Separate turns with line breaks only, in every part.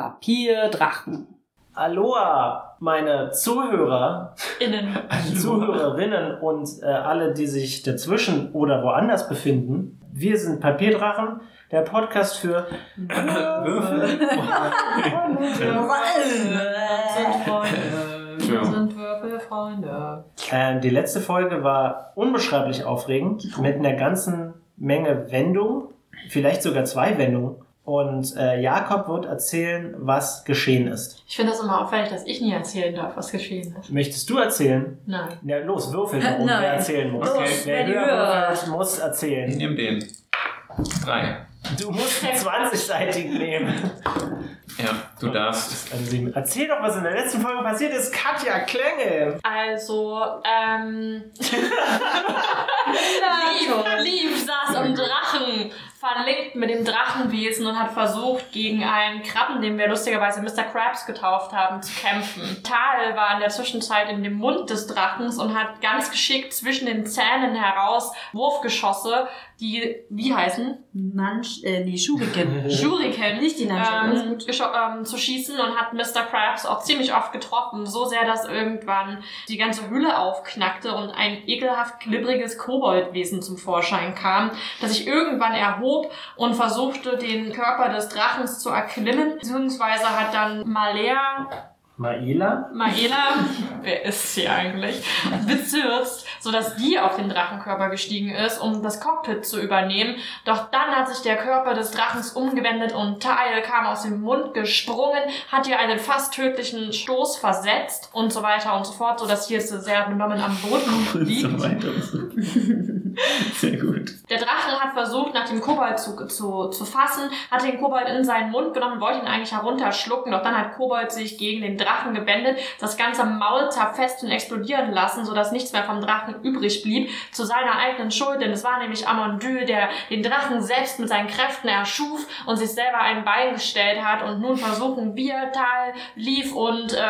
Papierdrachen.
Aloha, meine Zuhörer,
Innen.
Zuhörerinnen und äh, alle, die sich dazwischen oder woanders befinden. Wir sind Papierdrachen, der Podcast für
sind Freunde. Wir
Ja.
sind Würfelfreunde.
Ähm, die letzte Folge war unbeschreiblich aufregend mit einer ganzen Menge Wendungen, vielleicht sogar zwei Wendungen. Und äh, Jakob wird erzählen, was geschehen ist.
Ich finde das immer auffällig, dass ich nie erzählen darf, was geschehen ist.
Möchtest du erzählen?
Nein.
Na los, würfel, warum
Nein.
wer erzählen muss.
Okay.
Wer
Wer die
höher
Höhe
würfelt, muss erzählen.
Nimm den. Drei.
Du musst einen 20-seitigen nehmen.
Ja, du darfst.
Also, sieben. erzähl doch, was in der letzten Folge passiert ist. Katja Klänge.
Also, ähm. Lieb,
schon.
Lieb saß am Drachen, verlinkt mit dem Drachenwesen und hat versucht, gegen einen Krabben, den wir lustigerweise Mr. Krabs getauft haben, zu kämpfen. Tal war in der Zwischenzeit in dem Mund des Drachens und hat ganz geschickt zwischen den Zähnen heraus Wurfgeschosse, die, wie heißen?
Nansch, äh, nee, Schuriken.
Shuriken
Nicht die also Nanschel,
ähm, gescho- ähm, zu schießen und hat Mr. Krabs auch ziemlich oft getroffen, so sehr, dass irgendwann die ganze Hülle aufknackte und ein ekelhaft glibbriges Koboldwesen zum Vorschein kam, das sich irgendwann erhob und versuchte, den Körper des Drachens zu erklimmen, beziehungsweise hat dann Malea
Maila.
Maela, wer ist sie eigentlich, bezürzt, sodass die auf den Drachenkörper gestiegen ist, um das Cockpit zu übernehmen. Doch dann hat sich der Körper des Drachens umgewendet und Tael kam aus dem Mund gesprungen, hat ihr einen fast tödlichen Stoß versetzt und so weiter und so fort, sodass hier sehr benommen am Boden liegt.
Sehr gut.
Der Drache hat versucht, nach dem Kobold zu, zu, zu fassen, hat den Kobold in seinen Mund genommen, wollte ihn eigentlich herunterschlucken, doch dann hat Kobold sich gegen den Drachen gewendet, das ganze Maul zerfetzt und explodieren lassen, sodass nichts mehr vom Drachen übrig blieb, zu seiner eigenen Schuld, denn es war nämlich Amandü, der den Drachen selbst mit seinen Kräften erschuf und sich selber ein Bein gestellt hat und nun versuchen wir, Tal, Leaf und äh,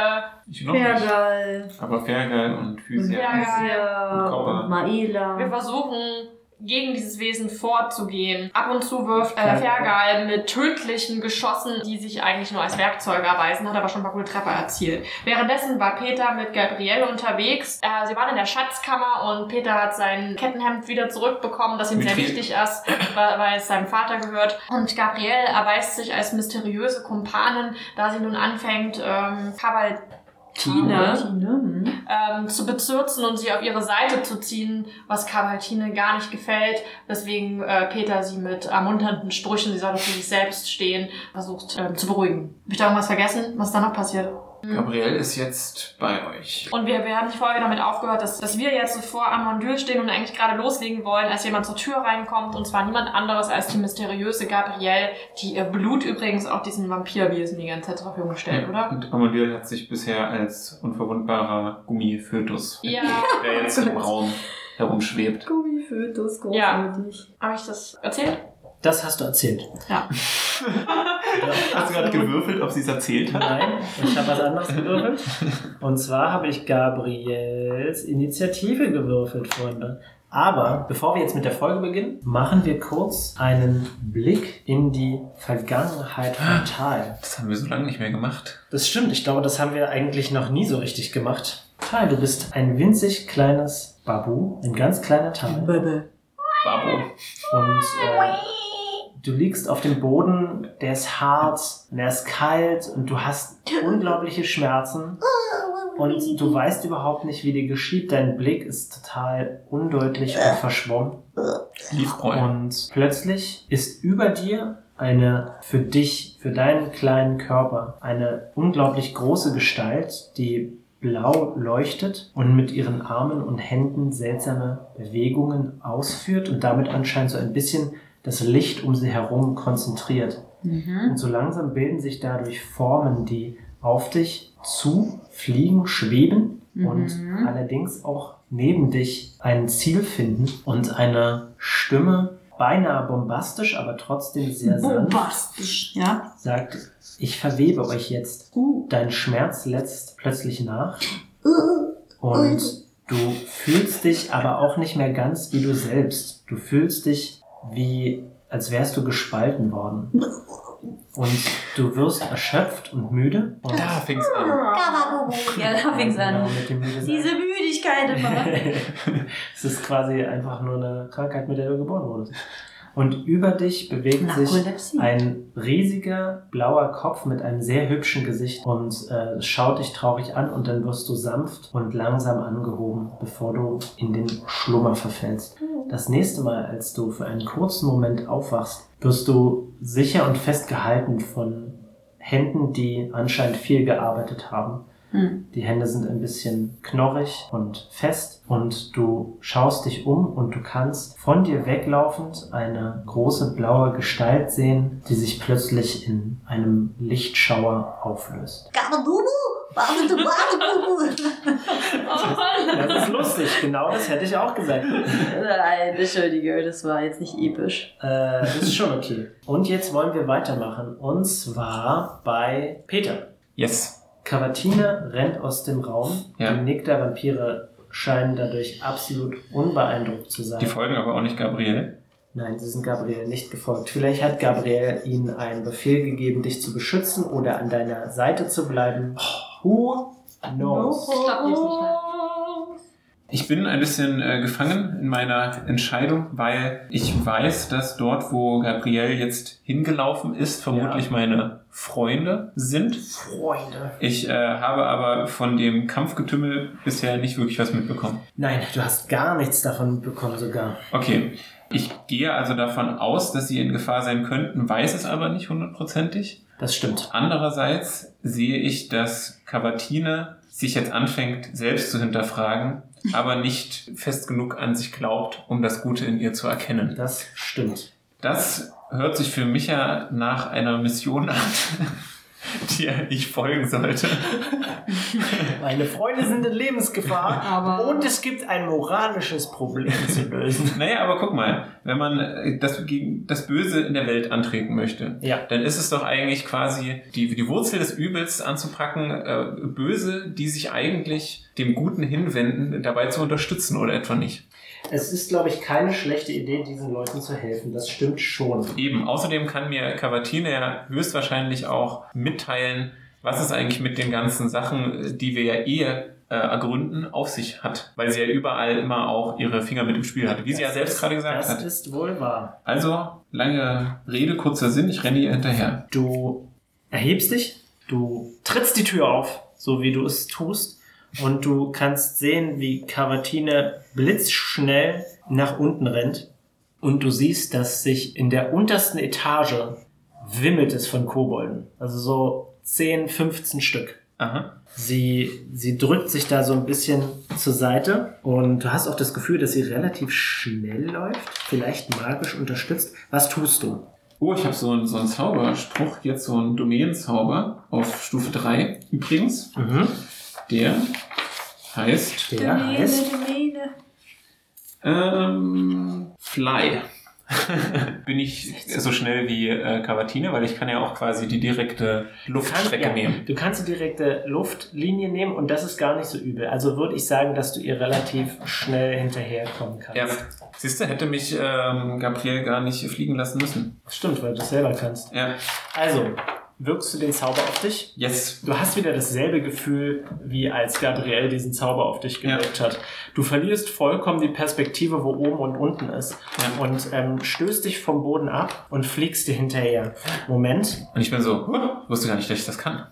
Ich noch nicht.
Fergal.
Aber Fergal und Physia.
Fergal.
Kobber.
Sia.
Wir
Maela.
versuchen gegen dieses Wesen vorzugehen. Ab und zu wirft äh, Fergal mit tödlichen Geschossen, die sich eigentlich nur als Werkzeuge erweisen, hat aber schon ein paar gute Treffer erzielt. Währenddessen war Peter mit Gabrielle unterwegs. Äh, sie waren in der Schatzkammer und Peter hat sein Kettenhemd wieder zurückbekommen, das ihm
Mit
sehr
wem?
wichtig ist, weil, weil es seinem Vater gehört. Und Gabrielle erweist sich als mysteriöse Kumpanin, da sie nun anfängt, ähm, Kabal Tine,
Tine.
ähm, zu bezürzen und sie auf ihre Seite zu ziehen, was Kabaltine gar nicht gefällt, weswegen äh, Peter sie mit ermunternden Sprüchen, sie soll für sich selbst stehen, versucht ähm, zu beruhigen. Hab ich da irgendwas vergessen? Was ist da noch passiert?
Gabriel ist jetzt bei euch.
Und wir, wir haben die Folge damit aufgehört, dass, dass wir jetzt so vor Amandül stehen und eigentlich gerade loslegen wollen, als jemand zur Tür reinkommt und zwar niemand anderes als die mysteriöse Gabrielle, die ihr Blut übrigens auch diesen Vampirwesen die ganze Zeit zur Verfügung stellt, oder?
Und Amadil hat sich bisher als unverwundbarer Gummifötus,
Ja.
der jetzt im Raum herumschwebt.
Gummifötus,
Ja.
großartig.
Habe ich das erzählt?
Das hast du erzählt.
Ja.
Hast du gerade gewürfelt, ob sie es erzählt hat?
Nein, ich habe was anderes gewürfelt. Und zwar habe ich Gabriels Initiative gewürfelt, Freunde. Aber bevor wir jetzt mit der Folge beginnen, machen wir kurz einen Blick in die Vergangenheit von Tal.
Das haben wir so lange nicht mehr gemacht.
Das stimmt, ich glaube, das haben wir eigentlich noch nie so richtig gemacht. Tal, du bist ein winzig kleines Babu, ein ganz kleiner Tal.
Bäbä.
Babo.
Und äh, du liegst auf dem Boden, der ist hart, und er ist kalt und du hast unglaubliche Schmerzen. Und du weißt überhaupt nicht, wie dir geschieht. Dein Blick ist total undeutlich und verschwommen.
Liefbräu.
Und plötzlich ist über dir eine für dich, für deinen kleinen Körper, eine unglaublich große Gestalt, die blau leuchtet und mit ihren Armen und Händen seltsame Bewegungen ausführt und damit anscheinend so ein bisschen das Licht um sie herum konzentriert.
Mhm.
Und so langsam bilden sich dadurch Formen, die auf dich zu fliegen, schweben und
Mhm.
allerdings auch neben dich ein Ziel finden und eine Stimme, beinahe bombastisch, aber trotzdem sehr sanft,
Bombastisch. Ja.
sagt, ich verwebe euch jetzt.
Uh.
Dein Schmerz lässt plötzlich nach
Uh.
und du fühlst dich aber auch nicht mehr ganz wie du selbst. Du fühlst dich wie als wärst du gespalten worden. Und du wirst erschöpft und müde. Und
Da fing's an.
Ja, da fing's
Genau,
an.
mit dem müde sein.
Diese Müdigkeit immer.
es ist quasi einfach nur eine Krankheit, mit der du geboren wurdest. Und über dich bewegt sich
Narkolepsie.
ein riesiger blauer Kopf mit einem sehr hübschen Gesicht und äh, schaut dich traurig an und dann wirst du sanft und langsam angehoben, bevor du in den Schlummer verfällst. Das nächste Mal, als du für einen kurzen Moment aufwachst, wirst du sicher und festgehalten von Händen, die anscheinend viel gearbeitet haben.
Hm.
Die Hände sind ein bisschen knorrig und fest und du schaust dich um und du kannst von dir weglaufend eine große blaue Gestalt sehen, die sich plötzlich in einem Lichtschauer auflöst.
Oh,
Das ist lustig, genau das hätte ich auch gesagt.
Nein, entschuldige, das war jetzt nicht episch.
Äh, das ist schon okay. Und jetzt wollen wir weitermachen und zwar bei Peter.
Yes.
Cavatine rennt aus dem Raum.
Ja.
Die Nick der Vampire scheinen dadurch absolut unbeeindruckt zu sein.
Die folgen aber auch nicht Gabriel.
Nein, sie sind Gabriel nicht gefolgt. Vielleicht hat Gabriel ihnen einen Befehl gegeben, dich zu beschützen oder an deiner Seite zu bleiben. Who knows?
ich glaube, die ist nicht mehr.
Ich bin ein bisschen äh, gefangen in meiner Entscheidung, weil ich weiß, dass dort, wo Gabriel jetzt hingelaufen ist, vermutlich meine Freunde sind.
Freunde.
Ich äh, habe aber von dem Kampfgetümmel bisher nicht wirklich was mitbekommen.
Nein, du hast gar nichts davon bekommen sogar.
Okay. Ich gehe also davon aus, dass sie in Gefahr sein könnten, weiß es aber nicht hundertprozentig.
Das stimmt.
Andererseits sehe ich, dass Cavatine sich jetzt anfängt, selbst zu hinterfragen, aber nicht fest genug an sich glaubt, um das Gute in ihr zu erkennen.
Das stimmt.
Das hört sich für mich ja nach einer Mission an, der ich folgen sollte.
Meine Freunde sind in Lebensgefahr
Aber-
und es gibt ein moralisches Problem zu lösen.
Naja, aber guck mal, wenn man äh, das, gegen das Böse in der Welt antreten möchte,
Ja.
dann ist es doch eigentlich quasi die, die Wurzel des Übels anzupacken, äh, Böse, die sich eigentlich dem Guten hinwenden, dabei zu unterstützen oder etwa nicht.
Es ist, glaube ich, keine schlechte Idee, diesen Leuten zu helfen. Das stimmt schon.
Eben, außerdem kann mir Cavatine ja höchstwahrscheinlich auch mitteilen, was es eigentlich mit den ganzen Sachen, äh, die wir ja eh äh, ergründen, auf sich hat, weil sie ja überall immer auch ihre Finger mit im Spiel hatte, wie sie ja
Das
selbst
ist-
gerade gesagt
Das
hat.
ist wohl wahr.
Also, lange Rede, kurzer Sinn, ich renne ihr hinterher.
Du erhebst dich, du trittst die Tür auf, so wie du es tust, und du kannst sehen, wie Cavatine blitzschnell nach unten rennt. Und du siehst, dass sich in der untersten Etage wimmelt es von Kobolden. Also so 10, 15 Stück.
Aha.
Sie, sie drückt sich da so ein bisschen zur Seite und du hast auch das Gefühl, dass sie relativ schnell läuft, vielleicht magisch unterstützt. Was tust du?
Oh, ich habe so einen, so einen Zauberspruch, jetzt so einen Domänenzauber auf Stufe 3 übrigens.
Mhm.
Der heißt
Der heißt
Domene.
ähm, Fly. Bin ich so schnell wie äh, Cavatine, weil ich kann ja auch quasi die direkte Luftstrecke
Ja,
nehmen.
Du kannst die direkte Luftlinie nehmen und das ist gar nicht so übel. Also würde ich sagen, dass du ihr relativ schnell hinterherkommen kannst.
Ja. Siehst du, hätte mich ähm, Gabriel gar nicht fliegen lassen müssen.
Stimmt, weil du das selber kannst.
Ja.
Also, wirkst du den Zauber auf dich?
Yes.
Du hast wieder dasselbe Gefühl, wie als Gabrielle diesen Zauber auf dich gewirkt hat. Du verlierst vollkommen die Perspektive, wo oben und unten ist.
Ja.
Und ähm, stößt dich vom Boden ab und fliegst dir hinterher. Moment.
Und ich bin so, huh, wusste gar nicht, dass ich das kann.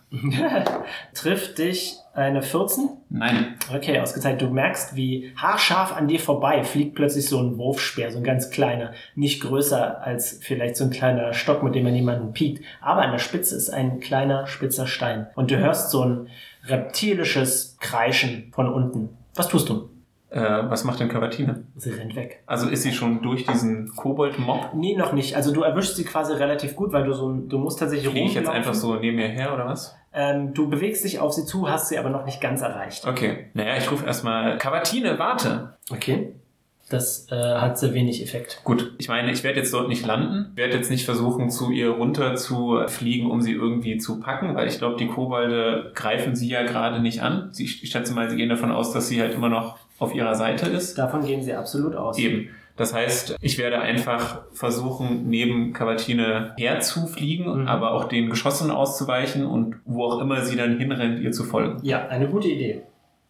Trifft dich eine 14?
Nein.
Okay, ausgezeichnet. Du merkst, wie haarscharf an dir vorbei fliegt plötzlich so ein Wurfspeer, so ein ganz kleiner, nicht größer als vielleicht so ein kleiner Stock, mit dem man jemanden piekt. Aber an der Spitze ist ein kleiner, spitzer Stein. Und du hörst so ein reptilisches Kreischen von unten. Was tust du?
Äh, was macht denn Cavatine?
Sie rennt weg.
Also ist sie schon durch diesen Kobold-Mob?
Nee, noch nicht. Also du erwischst sie quasi relativ gut, weil du so, ein- du musst tatsächlich
Fliege ich jetzt
rumlaufen.
einfach so neben mir her oder was?
Ähm, du bewegst dich auf sie zu, hast sie aber noch nicht ganz erreicht.
Okay. Naja, ich rufe erstmal Cavatine, warte.
Okay. Das äh, hat sehr wenig Effekt.
Gut, ich meine, ich werde jetzt dort nicht landen, werde jetzt nicht versuchen, zu ihr runter zu fliegen, um sie irgendwie zu packen, weil ich glaube, die Kobolde greifen sie ja gerade nicht an. Sie, ich schätze mal, sie gehen davon aus, dass sie halt immer noch auf ihrer Seite ist.
Davon gehen sie absolut aus.
Eben. Das heißt, ich werde einfach versuchen, neben Cavatine herzufliegen,
Mhm.
aber auch den Geschossen auszuweichen und wo auch immer sie dann hinrennt, ihr zu folgen.
Ja, eine gute Idee.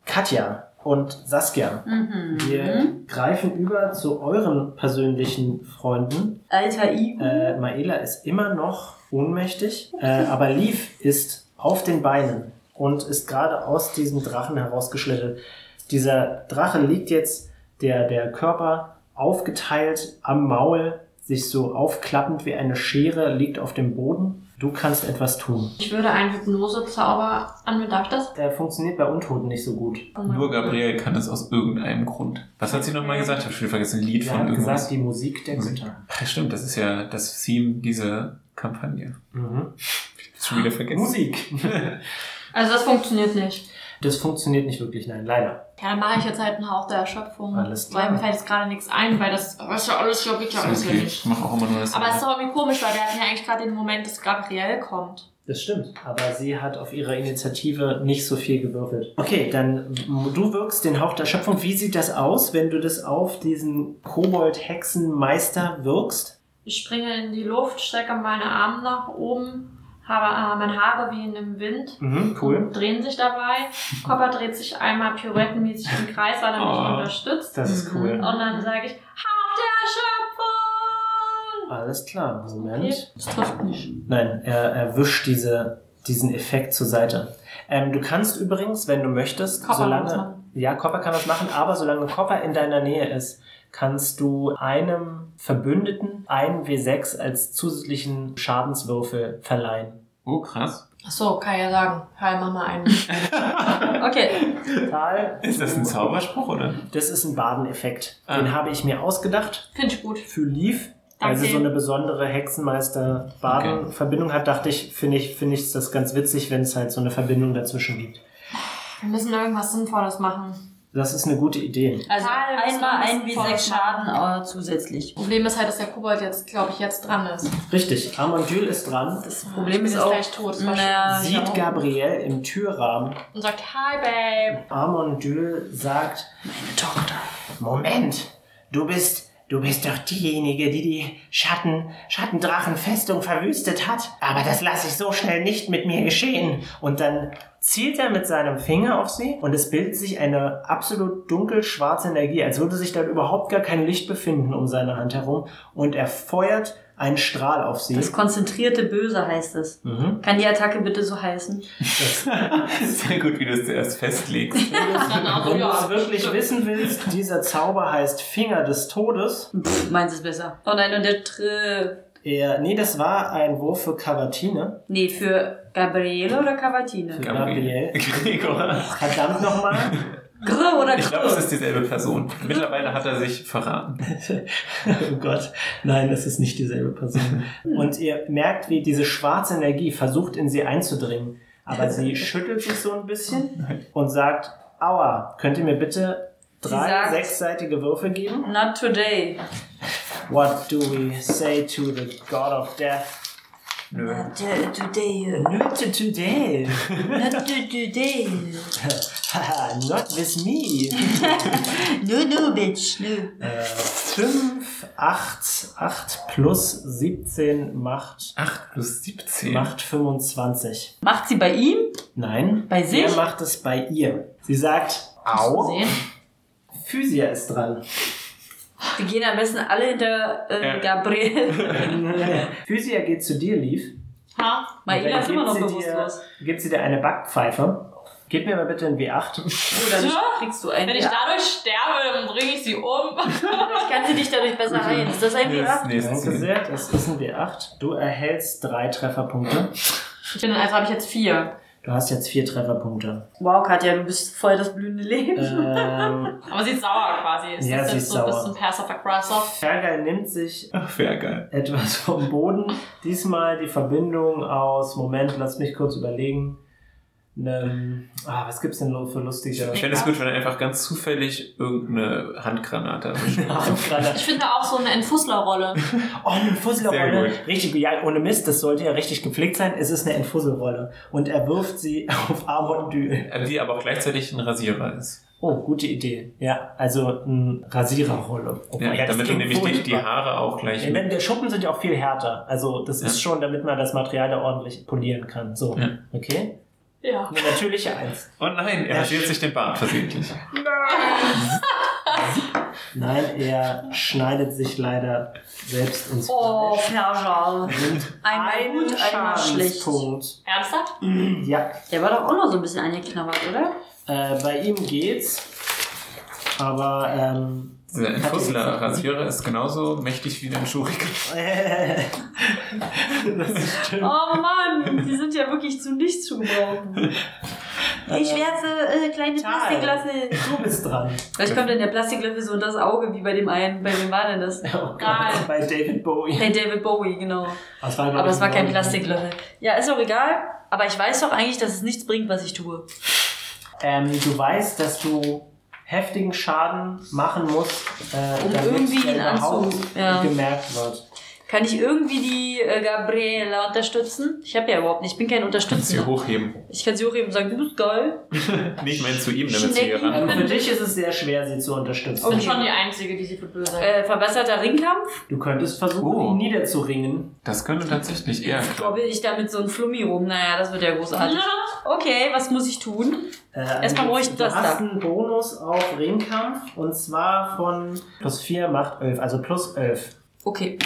Katja und Saskia, wir
Mhm.
greifen über zu euren persönlichen Freunden.
Alter Igu.
Äh, Maela ist immer noch ohnmächtig, äh, aber Leaf ist auf den Beinen und ist gerade aus diesem Drachen herausgeschlittert. Dieser Drache liegt jetzt, der, der Körper aufgeteilt am Maul, sich so aufklappend wie eine Schere, liegt auf dem Boden. Du kannst etwas tun.
Ich würde einen Hypnosezauber anwenden. Darf ich das?
Der funktioniert bei Untoten nicht so gut.
Oh mein
Nur
Gott.
Gabriel kann das aus irgendeinem Grund. Was hat sie nochmal gesagt? Ich habe schon vergessen, ein Lied
Er
von
hat
irgendwas.
gesagt, die genau. Musik der
Musik.
Götter.
Ach, stimmt, das ist ja das Theme dieser Kampagne.
Mhm.
Ich hab's schon wieder vergessen.
Musik.
Also das funktioniert nicht.
Das funktioniert nicht wirklich, nein, leider.
Ja, dann mache ich jetzt halt einen Hauch der Erschöpfung.
Alles klar.
Weil mir fällt jetzt gerade nichts ein, weil das, das ist ja alles, ja, geht ja alles
okay, ich
nicht.
mache auch immer nur das.
Aber es ist doch irgendwie komisch, weil wir hatten ja eigentlich gerade den Moment, dass Gabrielle kommt.
Das stimmt. Aber sie hat auf ihrer Initiative nicht so viel gewürfelt. Okay, dann m- du wirkst den Hauch der Schöpfung. Wie sieht das aus, wenn du das auf diesen Kobold-Hexenmeister wirkst?
Ich springe in die Luft, strecke meine Arme nach oben, habe äh, meine Haare wie in einem Wind.
Mhm,
Drehen sich dabei. Körper dreht sich einmal pirouettenmäßig im Kreis, weil er mich
Oh.
unterstützt.
Das ist
Mhm.
cool.
Und dann sage ich, Hauch der Schöpfung!
Alles klar, Moment.
Okay, das trifft nicht.
Nein, er, er wischt diese, diesen Effekt zur Seite. Ähm, du kannst übrigens, wenn du möchtest,
Copper kann das
solange.
machen.
Ja, Copper kann das machen, aber solange Copper in deiner Nähe ist, kannst du einem Verbündeten einen W6 als zusätzlichen Schadenswürfel verleihen.
oh, krass.
Achso, kann ich ja sagen. Heil, mach mal einen. okay.
Tal,
Ist das ein Zauberspruch, oder?
Das ist ein Badeneffekt.
Ah.
Den habe ich mir ausgedacht
Finde ich gut.
für Leaf. Weil sie
Danke.
so eine besondere Hexenmeister-Baden-Verbindung hat, dachte ich, finde ich, finde ich das ganz witzig, wenn es halt so eine Verbindung dazwischen gibt.
Wir müssen irgendwas Sinnvolles machen.
Das ist eine gute Idee.
Also
Tal, was
einmal
man
ein
wissen
wie sechs
soll.
Schaden aber zusätzlich.
Problem ist halt, dass der Kobold jetzt, glaube ich, jetzt dran ist.
Richtig, Amondyl ist dran.
Das
Ich
Problem
bin
ist
jetzt
auch,
gleich tot, das war
naja, ich
Sieht
auch-
Gabrielle im Türrahmen.
Und sagt, hi, Babe.
Amondyl sagt,
meine Tochter.
Moment, du bist, du bist doch diejenige, die die Schatten, Schattendrachenfestung verwüstet hat. Aber das lasse ich so schnell nicht mit mir geschehen. Und dann zielt er mit seinem Finger auf sie und es bildet sich eine absolut dunkelschwarze Energie, als würde sich dort überhaupt gar kein Licht befinden um seine Hand herum. Und er feuert einen Strahl auf sie.
Das konzentrierte Böse heißt es.
mhm.
Kann die Attacke bitte so heißen?
das
Sehr gut, wie du es zuerst festlegst.
Wenn du es wirklich wissen willst, dieser Zauber heißt Finger des Todes.
Pff, meins ist besser. Oh nein, und der trifft.
Er, nee, das war ein Wurf für Cavatine.
Nee, für Gabriele oder Cavatine?
Gabriel.
Gregor.
Verdammt nochmal.
Gr oder
Ich glaube, es
Gr?
ist dieselbe Person. Mittlerweile hat er sich verraten.
oh Gott, nein, das ist nicht dieselbe Person. Und ihr merkt, wie diese schwarze Energie versucht, in sie einzudringen. Aber sie schüttelt sich so ein bisschen und sagt, aua, könnt ihr mir bitte
Sie
drei
sagt-
sechsseitige Würfe geben?
Not today.
What do we say to the God of Death?
Nö.
today.
Not today.
Not today.
Haha, not with me. Äh,
No, no, bitch. No.
5, 8, 8 plus 17 macht,
8 plus 17.
macht 25.
Macht sie bei ihm?
Nein.
Bei sich?
Er macht es bei ihr. Sie sagt,
Oh.
au,
Sehen.
Physia ist dran.
Wir gehen am besten alle hinter äh,
Ja.
Gabriel.
Physia geht zu dir, Lief.
Ha?
Maela ist immer noch
dir,
bewusstlos.
gibt sie dir eine Backpfeife. Gib mir mal bitte ein W8.
Oh, dann
Ja.
kriegst du einen.
Wenn ich
Ja.
dadurch sterbe, dann bringe ich sie um.
Ich kann sie dich dadurch besser heilen. Ist das ein
Das
Fehler?
nächste
Danke
Ziel.
sehr, das ist ein W8. Du erhältst drei Trefferpunkte.
Ich bin, also habe ich jetzt vier.
Du hast jetzt vier Trefferpunkte.
Wow, Katja, du bist voll das blühende Leben.
Ähm,
Aber sie ist sauer quasi. Es
Ja,
ist
sie
jetzt
ist
so ein
sauer.
bisschen passive aggressive.
Fergal nimmt sich
Ach, wäre geil.
etwas vom Boden. Diesmal die Verbindung aus, Moment, lass mich kurz überlegen. Ne, ah, was gibt's denn für lustige
Ich fände es gut, wenn er einfach ganz zufällig irgendeine Handgranate erwischt.
Ich finde auch so eine Entfusslerrolle.
Oh, eine Entfusselrolle.
Sehr gut.
Richtig, ja, ohne Mist, das sollte ja richtig gepflegt sein. Es ist eine Entfusselrolle. Und er wirft sie auf Amon Dül.
Also Die aber auch gleichzeitig ein Rasierer ist.
Oh, gute Idee. Ja, also ein Rasiererrolle. Obwohl,
Ja,
Oh das
damit du
klingt
nämlich die, die
furchtbar.
Haare auch gleich.
Ja, ne? denn der Schuppen sind ja auch viel härter. Also das ist schon, damit man das Material da ordentlich polieren kann. So,
Ja.
okay?
Ja.
Eine natürliche Eins.
Oh nein, er
Ja,
rasiert
sch-
sich den Bart versehentlich.
Nein, er schneidet sich leider selbst ins
Oh,
Fleisch.
Perjan. Einmal gut, einmal schlecht.
Schadenspunkt.
Ernsthaft?
Ja,
Der war doch auch noch so ein bisschen angeknabbert, oder?
äh, bei ihm geht's. Aber, ähm,
Ein Fussler-Rasierer ist genauso mächtig wie ein Schuriken.
das stimmt.
Oh Mann, die sind ja wirklich zu nichts zu gebrauchen. Ich werfe äh, kleine
Tal.
Plastiklöffel.
Du bist dran.
Vielleicht kommt dann der Plastiklöffel so in das Auge, wie bei dem einen. Bei wem war denn das?
Oh
Nein.
Gott, bei David Bowie.
Bei David Bowie, genau.
Das war, glaub
Aber
ich,
es war kein
ein-
Plastiklöffel. Ja, ist auch egal. Aber ich weiß doch eigentlich, dass es nichts bringt, was ich tue.
Ähm, du weißt, dass du heftigen Schaden machen musst, äh,
Um
damit
irgendwie
der
ihn
überhaupt
anzu- ja.
gemerkt wird.
Kann ich irgendwie die äh, Gabriela unterstützen? Ich habe ja überhaupt nicht. Ich bin kein
Kannst du
Unterstützer.
hochheben.
Ich kann sie hochheben und sagen, du bist geil.
Nicht mehr zu ihm, damit sie hier
Schnecken.
Ähm,
ran.
für dich ist es sehr schwer, sie zu unterstützen.
Ich bin
Okay.
schon die Einzige, die sie für böse
Äh,
hält.
verbesserter Ringkampf.
Du könntest versuchen,
Oh.
ihn niederzuringen.
Das könnte tatsächlich eher klappen.
Doppel ich damit so ein Flummi rum. Naja, das wird ja großartig. Okay, was muss ich tun?
Äh,
Erstmal ruhig
du
das
hast
da.
einen Bonus auf Ringkampf und zwar von plus 4 macht 11, also plus 11.
Okay,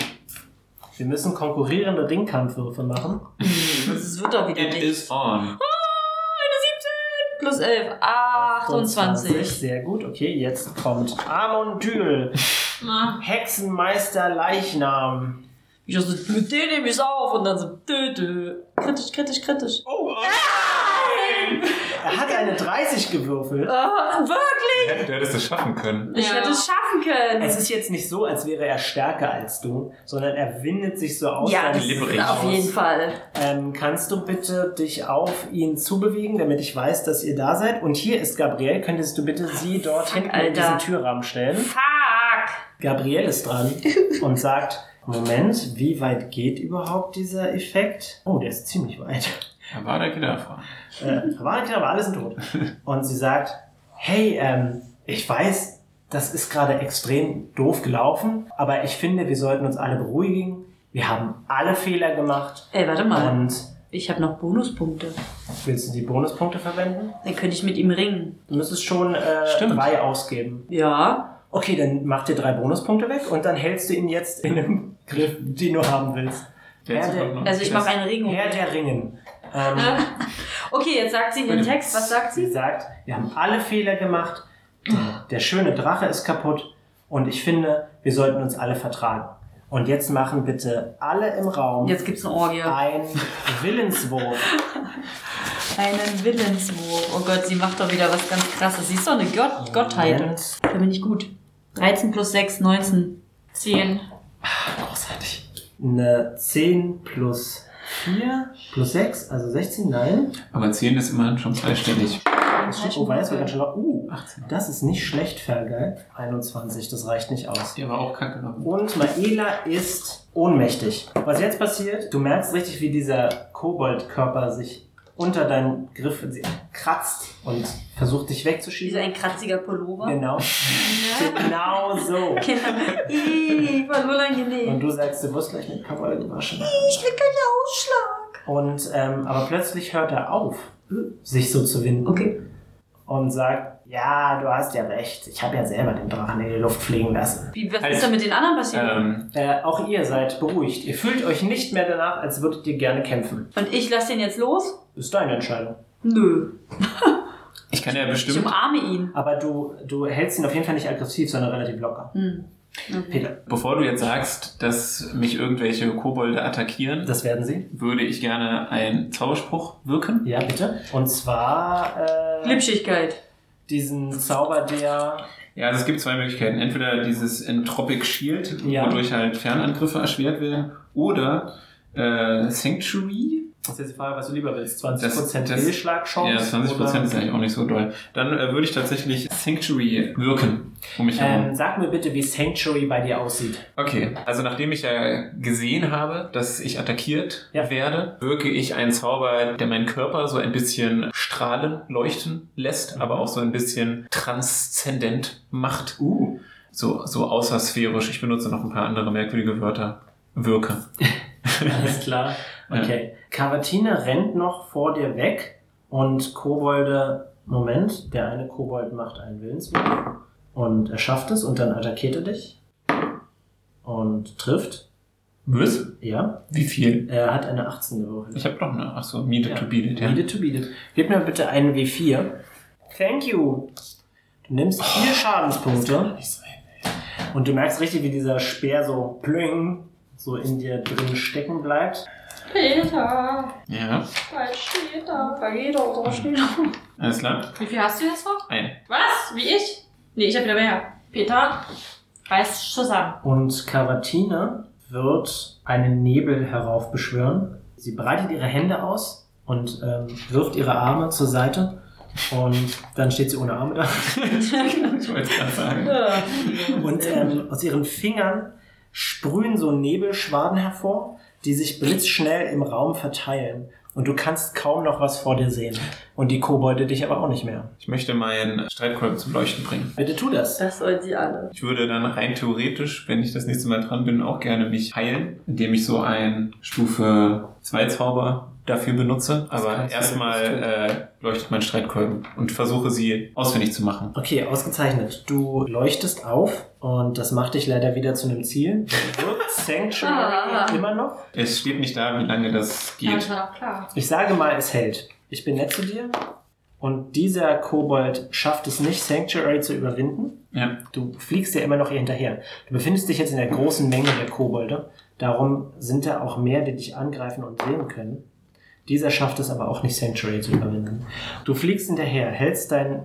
Wir müssen konkurrierende Ringkampfwürfe machen.
das wird doch wieder
It
nicht.
is on.
Plus 11, 28.
Sehr gut, okay, jetzt kommt Amondyl,
Na,
Hexenmeister Leichnam.
Ich so, mit denen nehme ich auf und dann so, dö, dö. Kritisch, kritisch, kritisch.
Oh! Er hat eine 30 gewürfelt.
Ah, wirklich?
Du hättest es schaffen können.
Ich
Ja.
hätte es schaffen können.
Es ist jetzt nicht so, als wäre er stärker als du, sondern er windet sich so aus.
ja,
als-
das
glibberig.
ist auf jeden Fall.
Ähm, kannst du bitte dich auf ihn zubewegen, damit ich weiß, dass ihr da seid? Und hier ist Gabrielle. Könntest du bitte sie dort hinten in
Alter.
diesen Türrahmen stellen?
Fuck.
Gabrielle ist dran und sagt, Moment, wie weit geht überhaupt dieser Effekt? Oh, der ist ziemlich weit.
Da war der Kinderfahren.
äh, Verwandte, aber alle sind tot. Und sie sagt, hey, ähm, ich weiß, das ist gerade extrem doof gelaufen, aber ich finde, wir sollten uns alle beruhigen. Wir haben alle Fehler gemacht.
Ey, warte mal.
Und
Ich habe noch Bonuspunkte.
willst du die Bonuspunkte verwenden?
Dann könnte ich mit ihm ringen.
Du müsstest schon äh,
Stimmt.
drei ausgeben.
Ja.
Okay, dann mach dir drei Bonuspunkte weg und dann hältst du ihn jetzt in einem Griff, den du haben willst. Herr der,
Also ich mache einen Ring. um.
Herr der Ringen. Ähm,
Ah. Okay, jetzt sagt sie ihren Text. Was sagt
Sie
sie?
sagt, wir haben alle Fehler gemacht, der schöne Drache ist kaputt und ich finde, wir sollten uns alle vertragen. Und jetzt machen bitte alle im Raum
Jetzt gibt's eine Orgie.
einen Willenswurf.
Einen Willenswurf. Oh Gott, sie macht doch wieder was ganz krasses. Sie ist doch eine Gott Gottheit.
Moment.
Da bin ich gut. 13 plus 6, 19.
10.
Großartig.
Eine 10 plus 4 plus 6, also 16, nein.
Aber 10 ist immerhin schon zweistellig.
Oh, weiß, war ganz schön laut. Uh, 18. das ist nicht schlecht, Fergal. 21, das reicht nicht aus.
Der war auch kacke. glaube
Und Maela ist ohnmächtig. Was jetzt passiert, du merkst richtig, wie dieser Koboldkörper sich unter deinen Griff kratzt und versucht dich
Wie so
wegzuschießen.
ein kratziger Pullover.
Genau. Genau so.
Kinder. Ih, voll
Und
unangenehm.
du sagst, du wirst gleich mit Kobold gewaschen.
Ich will keinen Ausschlag.
Und, ähm, aber plötzlich hört er auf, sich so zu winden.
Okay.
Und sagt, ja, du hast ja recht. Ich habe ja selber den Drachen in die Luft fliegen lassen.
Wie, was
Also,
ist denn mit den anderen
ich.
passiert?
Ähm,
Äh, auch ihr seid beruhigt. Ihr fühlt euch nicht mehr danach, als würdet ihr gerne kämpfen.
Und ich lasse den jetzt los?
Ist deine Entscheidung.
Nö.
ich kann ja
Ich
um
bestimmt,
umarme ihn.
Aber du, du hältst ihn auf jeden Fall nicht aggressiv, sondern relativ locker.
Hm. Okay.
Peter,
bevor du jetzt sagst, dass mich irgendwelche Kobolde attackieren,
das werden sie.
würde ich gerne einen Zauberspruch wirken.
Ja, bitte. Und zwar äh,
Glitschigkeit.
diesen Zauber, der...
Ja, also es gibt zwei Möglichkeiten. Entweder dieses Entropic Shield,
Ja.
wodurch halt Fernangriffe erschwert werden, oder äh, Sanctuary.
Das ist jetzt die Frage, was du lieber willst. 20%
Das- das-
Fehlschlagchance?
Ja, 20% ist eigentlich auch nicht so doll. Dann äh, würde ich tatsächlich Sanctuary wirken. um mich herum.
Ähm, sag mir bitte, wie Sanctuary bei dir aussieht.
Okay, also nachdem ich ja gesehen habe, dass ich attackiert
Ja.
werde, wirke ich einen Zauber, der meinen Körper so ein bisschen strahlen, leuchten lässt,
Mhm.
aber auch so ein bisschen transzendent macht.
Uh.
So, so außersphärisch. Ich benutze noch ein paar andere merkwürdige Wörter. Wirke.
Alles klar. Okay. Cavatina rennt noch vor dir weg und Kobolde, Moment, der eine Kobold macht einen Willenswurf und er schafft es und dann attackiert er dich und trifft.
Was?
Ja,
Wie viel?
er hat eine 18 gewürfelt.
Ich habe doch eine. Ach so, needed
Ja.
to beat it, ja.
Needed to beat it. Gib mir bitte einen W4. Thank you. Du
Oh.
nimmst vier Schadenspunkte
Nicht sein.
und du merkst richtig, wie dieser Speer so plüng so in dir drin stecken bleibt.
Peter,
Ja,
bald steht da. Vergeht auch so schnell.
alles klar.
Wie viel hast du jetzt noch?
Ein.
Was? Wie ich? Nee, ich hab wieder mehr. Peter, reiß zusammen.
Und Cavatina wird einen Nebel heraufbeschwören. Sie breitet ihre Hände aus und ähm, wirft ihre Arme zur Seite. Und dann steht sie ohne Arme da.
Ich wollte es gerade sagen.
Und ähm, aus ihren Fingern sprühen so Nebelschwaden hervor, die sich blitzschnell im Raum verteilen. Und du kannst kaum noch was vor dir sehen. Und die Kobolde dich aber auch nicht mehr.
Ich möchte meinen Streitkolben zum Leuchten bringen.
Bitte tu das.
Das sollen sie alle.
Ich würde dann rein theoretisch, wenn ich das nächste Mal dran bin, auch gerne mich heilen, indem ich so ein Stufe 2 Zauber dafür benutze. Aber
kannst du
erstmal äh, leuchtet mein Streitkolben und versuche sie ausfindig zu machen.
Okay, ausgezeichnet. Du leuchtest auf und das macht dich leider wieder zu einem Ziel. Wirkt Sanctuary
Ah.
immer noch?
Es steht nicht da, wie lange das
Ja, das
geht.
war doch klar.
Ich sage mal, es hält. Ich bin nett zu dir. Und dieser Kobold schafft es nicht, Sanctuary zu überwinden.
Ja.
Du fliegst ja immer noch ihr hinterher. Du befindest dich jetzt in der großen Menge der Kobolde. Darum sind da auch mehr, die dich angreifen und sehen können. Dieser schafft es aber auch nicht, Sanctuary zu überwinden. Du fliegst hinterher, hältst dein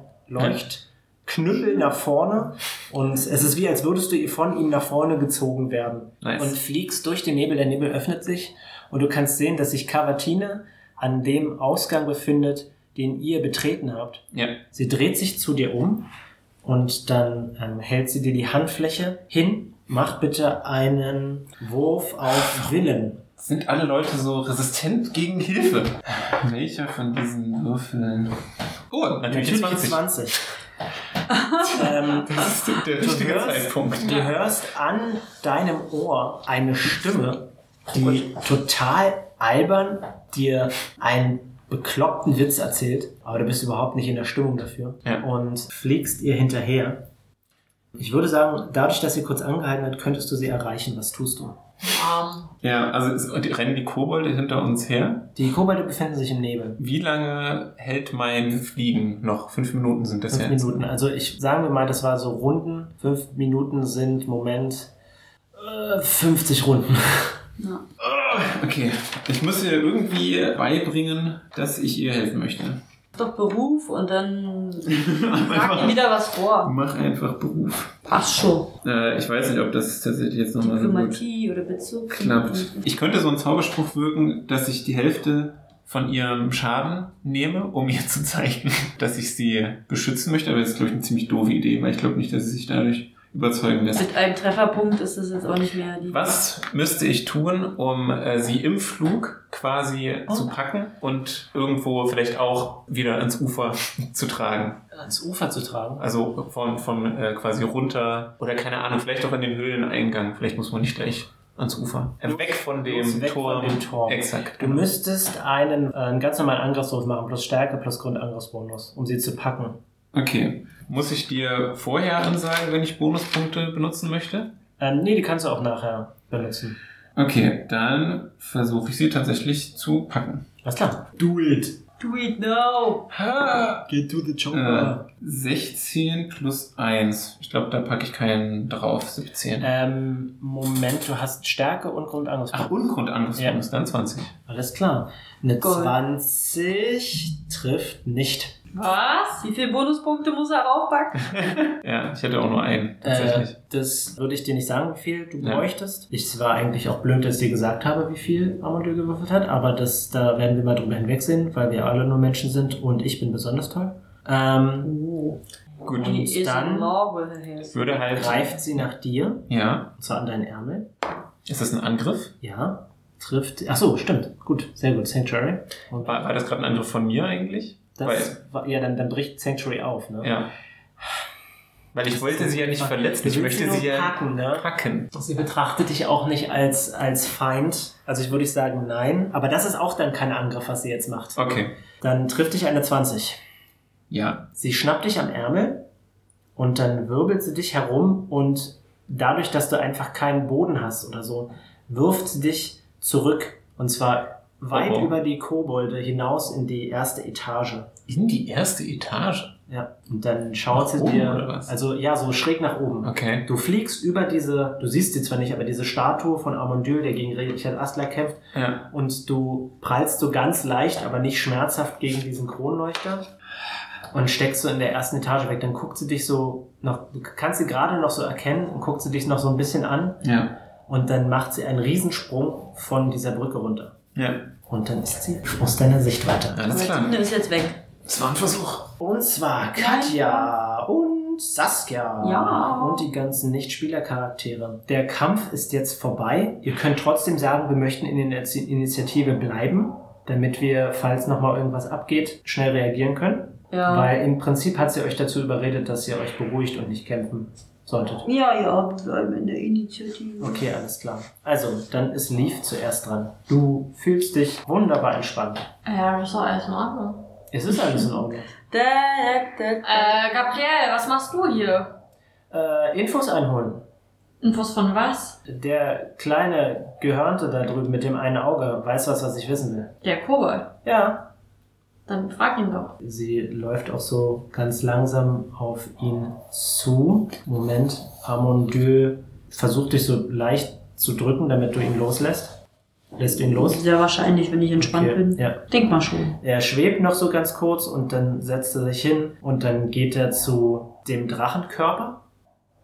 Leuchtknüppel nach vorne und es ist wie, als würdest du ihr von ihm nach vorne gezogen werden.
Nice.
Und fliegst durch den Nebel. Der Nebel öffnet sich und du kannst sehen, dass sich Cavatine an dem Ausgang befindet, den ihr betreten habt.
ja.
Sie dreht sich zu dir um und dann ähm, hält sie dir die Handfläche hin. Mach bitte einen Wurf auf Willen.
Sind alle Leute so resistent gegen Hilfe? Welcher von diesen Würfeln? Oh, natürlich,
Natürlich
20.
20. ähm,
Das ist der
du,
richtige
hörst,
Zeitpunkt.
du hörst an deinem Ohr eine Stimme, die total albern dir einen bekloppten Witz erzählt, aber du bist überhaupt nicht in der Stimmung dafür
Ja.
und fliegst ihr hinterher. Ich würde sagen, dadurch, dass sie kurz angehalten hat, könntest du sie erreichen. Was tust du?
Um,
Ja, also es- und die- rennen die Kobolde hinter uns her.
Die Kobolde befinden sich im Nebel.
Wie lange hält mein Fliegen noch? Fünf Minuten sind das
Fünf
ja.
Minuten. Also ich sagen wir mal, das war so Runden. Fünf Minuten sind, Moment, äh, 50 Runden.
Okay, ich muss ihr irgendwie beibringen, dass ich ihr helfen möchte.
Doch Beruf und dann
Mach
sag ihm
einfach,
wieder was vor.
mach einfach Beruf.
Passt schon.
Äh, ich weiß nicht, ob das tatsächlich jetzt nochmal so gut
Diplomatie oder Bezug.
klappt. Ich könnte so einen Zauberspruch wirken, dass ich die Hälfte von ihrem Schaden nehme, um ihr zu zeigen, dass ich sie beschützen möchte. Aber das ist, glaube ich, eine ziemlich doofe Idee, weil ich glaube nicht, dass sie sich dadurch überzeugen lässt.
Mit einem Trefferpunkt ist es jetzt auch nicht mehr die.
Was müsste ich tun, um äh, sie im Flug quasi
Oh.
zu packen und irgendwo vielleicht auch wieder ans Ufer zu tragen?
Ans Ufer zu tragen.
Also von, von äh, quasi runter oder keine Ahnung, vielleicht auch in den Höhleneingang. Vielleicht muss man nicht gleich ans Ufer. Äh, weg von dem
Los, weg
Turm.
von dem Turm.
Exakt. genau.
Du müsstest einen, äh, einen ganz normalen Angriffswurf machen, plus Stärke, plus Grundangriffsbonus, um sie zu packen.
Okay. Muss ich dir vorher ansagen, wenn ich Bonuspunkte benutzen möchte?
Ähm, nee, die kannst du auch nachher benutzen.
Okay, dann versuche ich sie tatsächlich zu packen.
Alles klar. Do it.
Do it now!
Get to the job.
Äh, 16 plus 1. Ich glaube, da packe ich keinen drauf. 17.
Ähm, Moment, du hast Stärke und Grundangriffsbonus.
Ach, und Grundangriffspunkt
Ja.
dann 20.
Alles klar. Eine
Gold.
20 trifft nicht.
Was? Wie viele Bonuspunkte muss er raufpacken?
Ja, ich hätte auch nur einen,
Äh,
tatsächlich.
das würde ich dir nicht sagen, wie viel du
Ja.
bräuchtest. Ich war eigentlich auch blöd, dass ich dir gesagt habe, wie viel Amadou gewürfelt hat, aber das, da werden wir mal drüber hinwegsehen, weil wir alle nur Menschen sind und ich bin besonders toll. Ähm,
Gut.
Die
Und
ist
dann-
Marble Hills.
Würde halt.
Greift sie nach dir,
Ja.
und zwar an deinen Ärmel.
Ist das ein Angriff?
Ja. Trifft. Ach so, stimmt. Gut, sehr gut. Sanctuary. Und
War, war das gerade ein Angriff von mir eigentlich?
das war, ja, dann, dann bricht Sanctuary auf, ne?
Ja. Weil ich wollte sie ja nicht verletzen. Ich
Du willst
möchte
nur
sie ja
packen, ne?
packen.
Sie betrachtet dich auch nicht als, als Feind. Also ich würde ich sagen, nein. Aber das ist auch dann kein Angriff, was sie jetzt macht.
Okay.
Dann trifft dich eine 20.
Ja.
Sie schnappt dich am Ärmel und dann wirbelt sie dich herum und dadurch, dass du einfach keinen Boden hast oder so, wirft sie dich zurück. Und zwar weit
Oh, oh.
über die Kobolde hinaus in die erste Etage.
In die erste Etage.
Ja. Und dann schaut
Nach
sie
oben, oder
dir.
was?
Also ja, so schräg nach oben.
Okay.
Du fliegst über diese, du siehst sie zwar nicht, aber diese Statue von Armandül, der gegen Richard Astler kämpft,
Ja.
und du prallst so ganz leicht, aber nicht schmerzhaft gegen diesen Kronleuchter und steckst so in der ersten Etage weg. Dann guckt sie dich so noch, du kannst sie gerade noch so erkennen und guckt sie dich noch so ein bisschen an
Ja.
und dann macht sie einen Riesensprung von dieser Brücke runter.
Ja.
Und dann ist sie aus deiner Sichtweite.
Alles klar.
ist jetzt weg.
Das war ein Versuch.
Und zwar Katja und Saskia
Ja.
und die ganzen Nicht-Spieler-Charaktere. Der Kampf ist jetzt vorbei. Ihr könnt trotzdem sagen, wir möchten in der Initi- Initiative bleiben, damit wir, falls nochmal irgendwas abgeht, schnell reagieren können.
Ja.
Weil im Prinzip hat sie euch dazu überredet, dass ihr euch beruhigt und nicht kämpfen solltet.
ja, ja, wir bleiben in der Initiative.
Okay, alles klar. Also, dann ist Leaf zuerst dran. Du fühlst dich wunderbar entspannt.
Ja, das ist doch alles in Ordnung.
Es ist alles in Ordnung.
Da, da, da, da.
Äh, Gabriel, was machst du hier?
Äh, Infos einholen.
Infos von was?
Der kleine Gehörnte da drüben mit dem einen Auge weiß was, was ich wissen will.
Der Kobold.
Ja.
Dann frag ihn doch.
Sie läuft auch so ganz langsam auf ihn zu. Moment, Amondül versucht dich so leicht zu drücken, damit du ihn loslässt. Lässt du ihn los?
Sehr wahrscheinlich, wenn ich entspannt
Okay,
bin.
Ja.
Denk mal schon.
Er schwebt noch so ganz kurz und dann setzt er sich hin und dann geht er zu dem Drachenkörper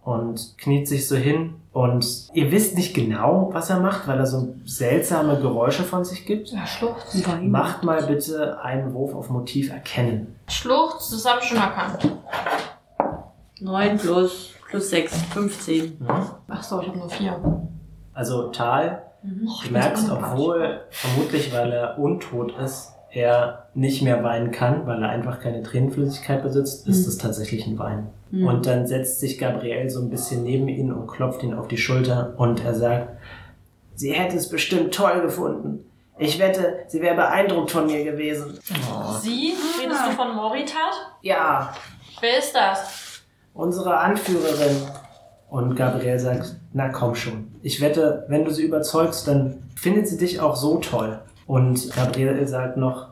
und kniet sich so hin. Und ihr wisst nicht genau, was er macht, weil er so seltsame Geräusche von sich gibt.
Ja, Schluchz.
Wein.
Macht mal bitte einen Wurf auf Motiv erkennen.
Schluchz, das habe ich schon erkannt.
9 plus, plus 6, 15.
Ach so, ich habe nur vier.
Also Tal,
Mhm.
du merkst, obwohl vermutlich, weil er untot ist, er nicht mehr weinen kann, weil er einfach keine Tränenflüssigkeit besitzt, ist
Mhm.
es tatsächlich ein Wein.
Hm.
Und dann setzt sich Gabriel so ein bisschen neben ihn und klopft ihn auf die Schulter und er sagt, sie hätte es bestimmt toll gefunden. Ich wette, sie wäre beeindruckt von mir gewesen.
Oh.
Sie? Redest du von Moritat?
Ja,
Wer ist das?
unsere Anführerin. Und Gabriel sagt, na komm schon. Ich wette, wenn du sie überzeugst, dann findet sie dich auch so toll. Und Gabriel sagt noch,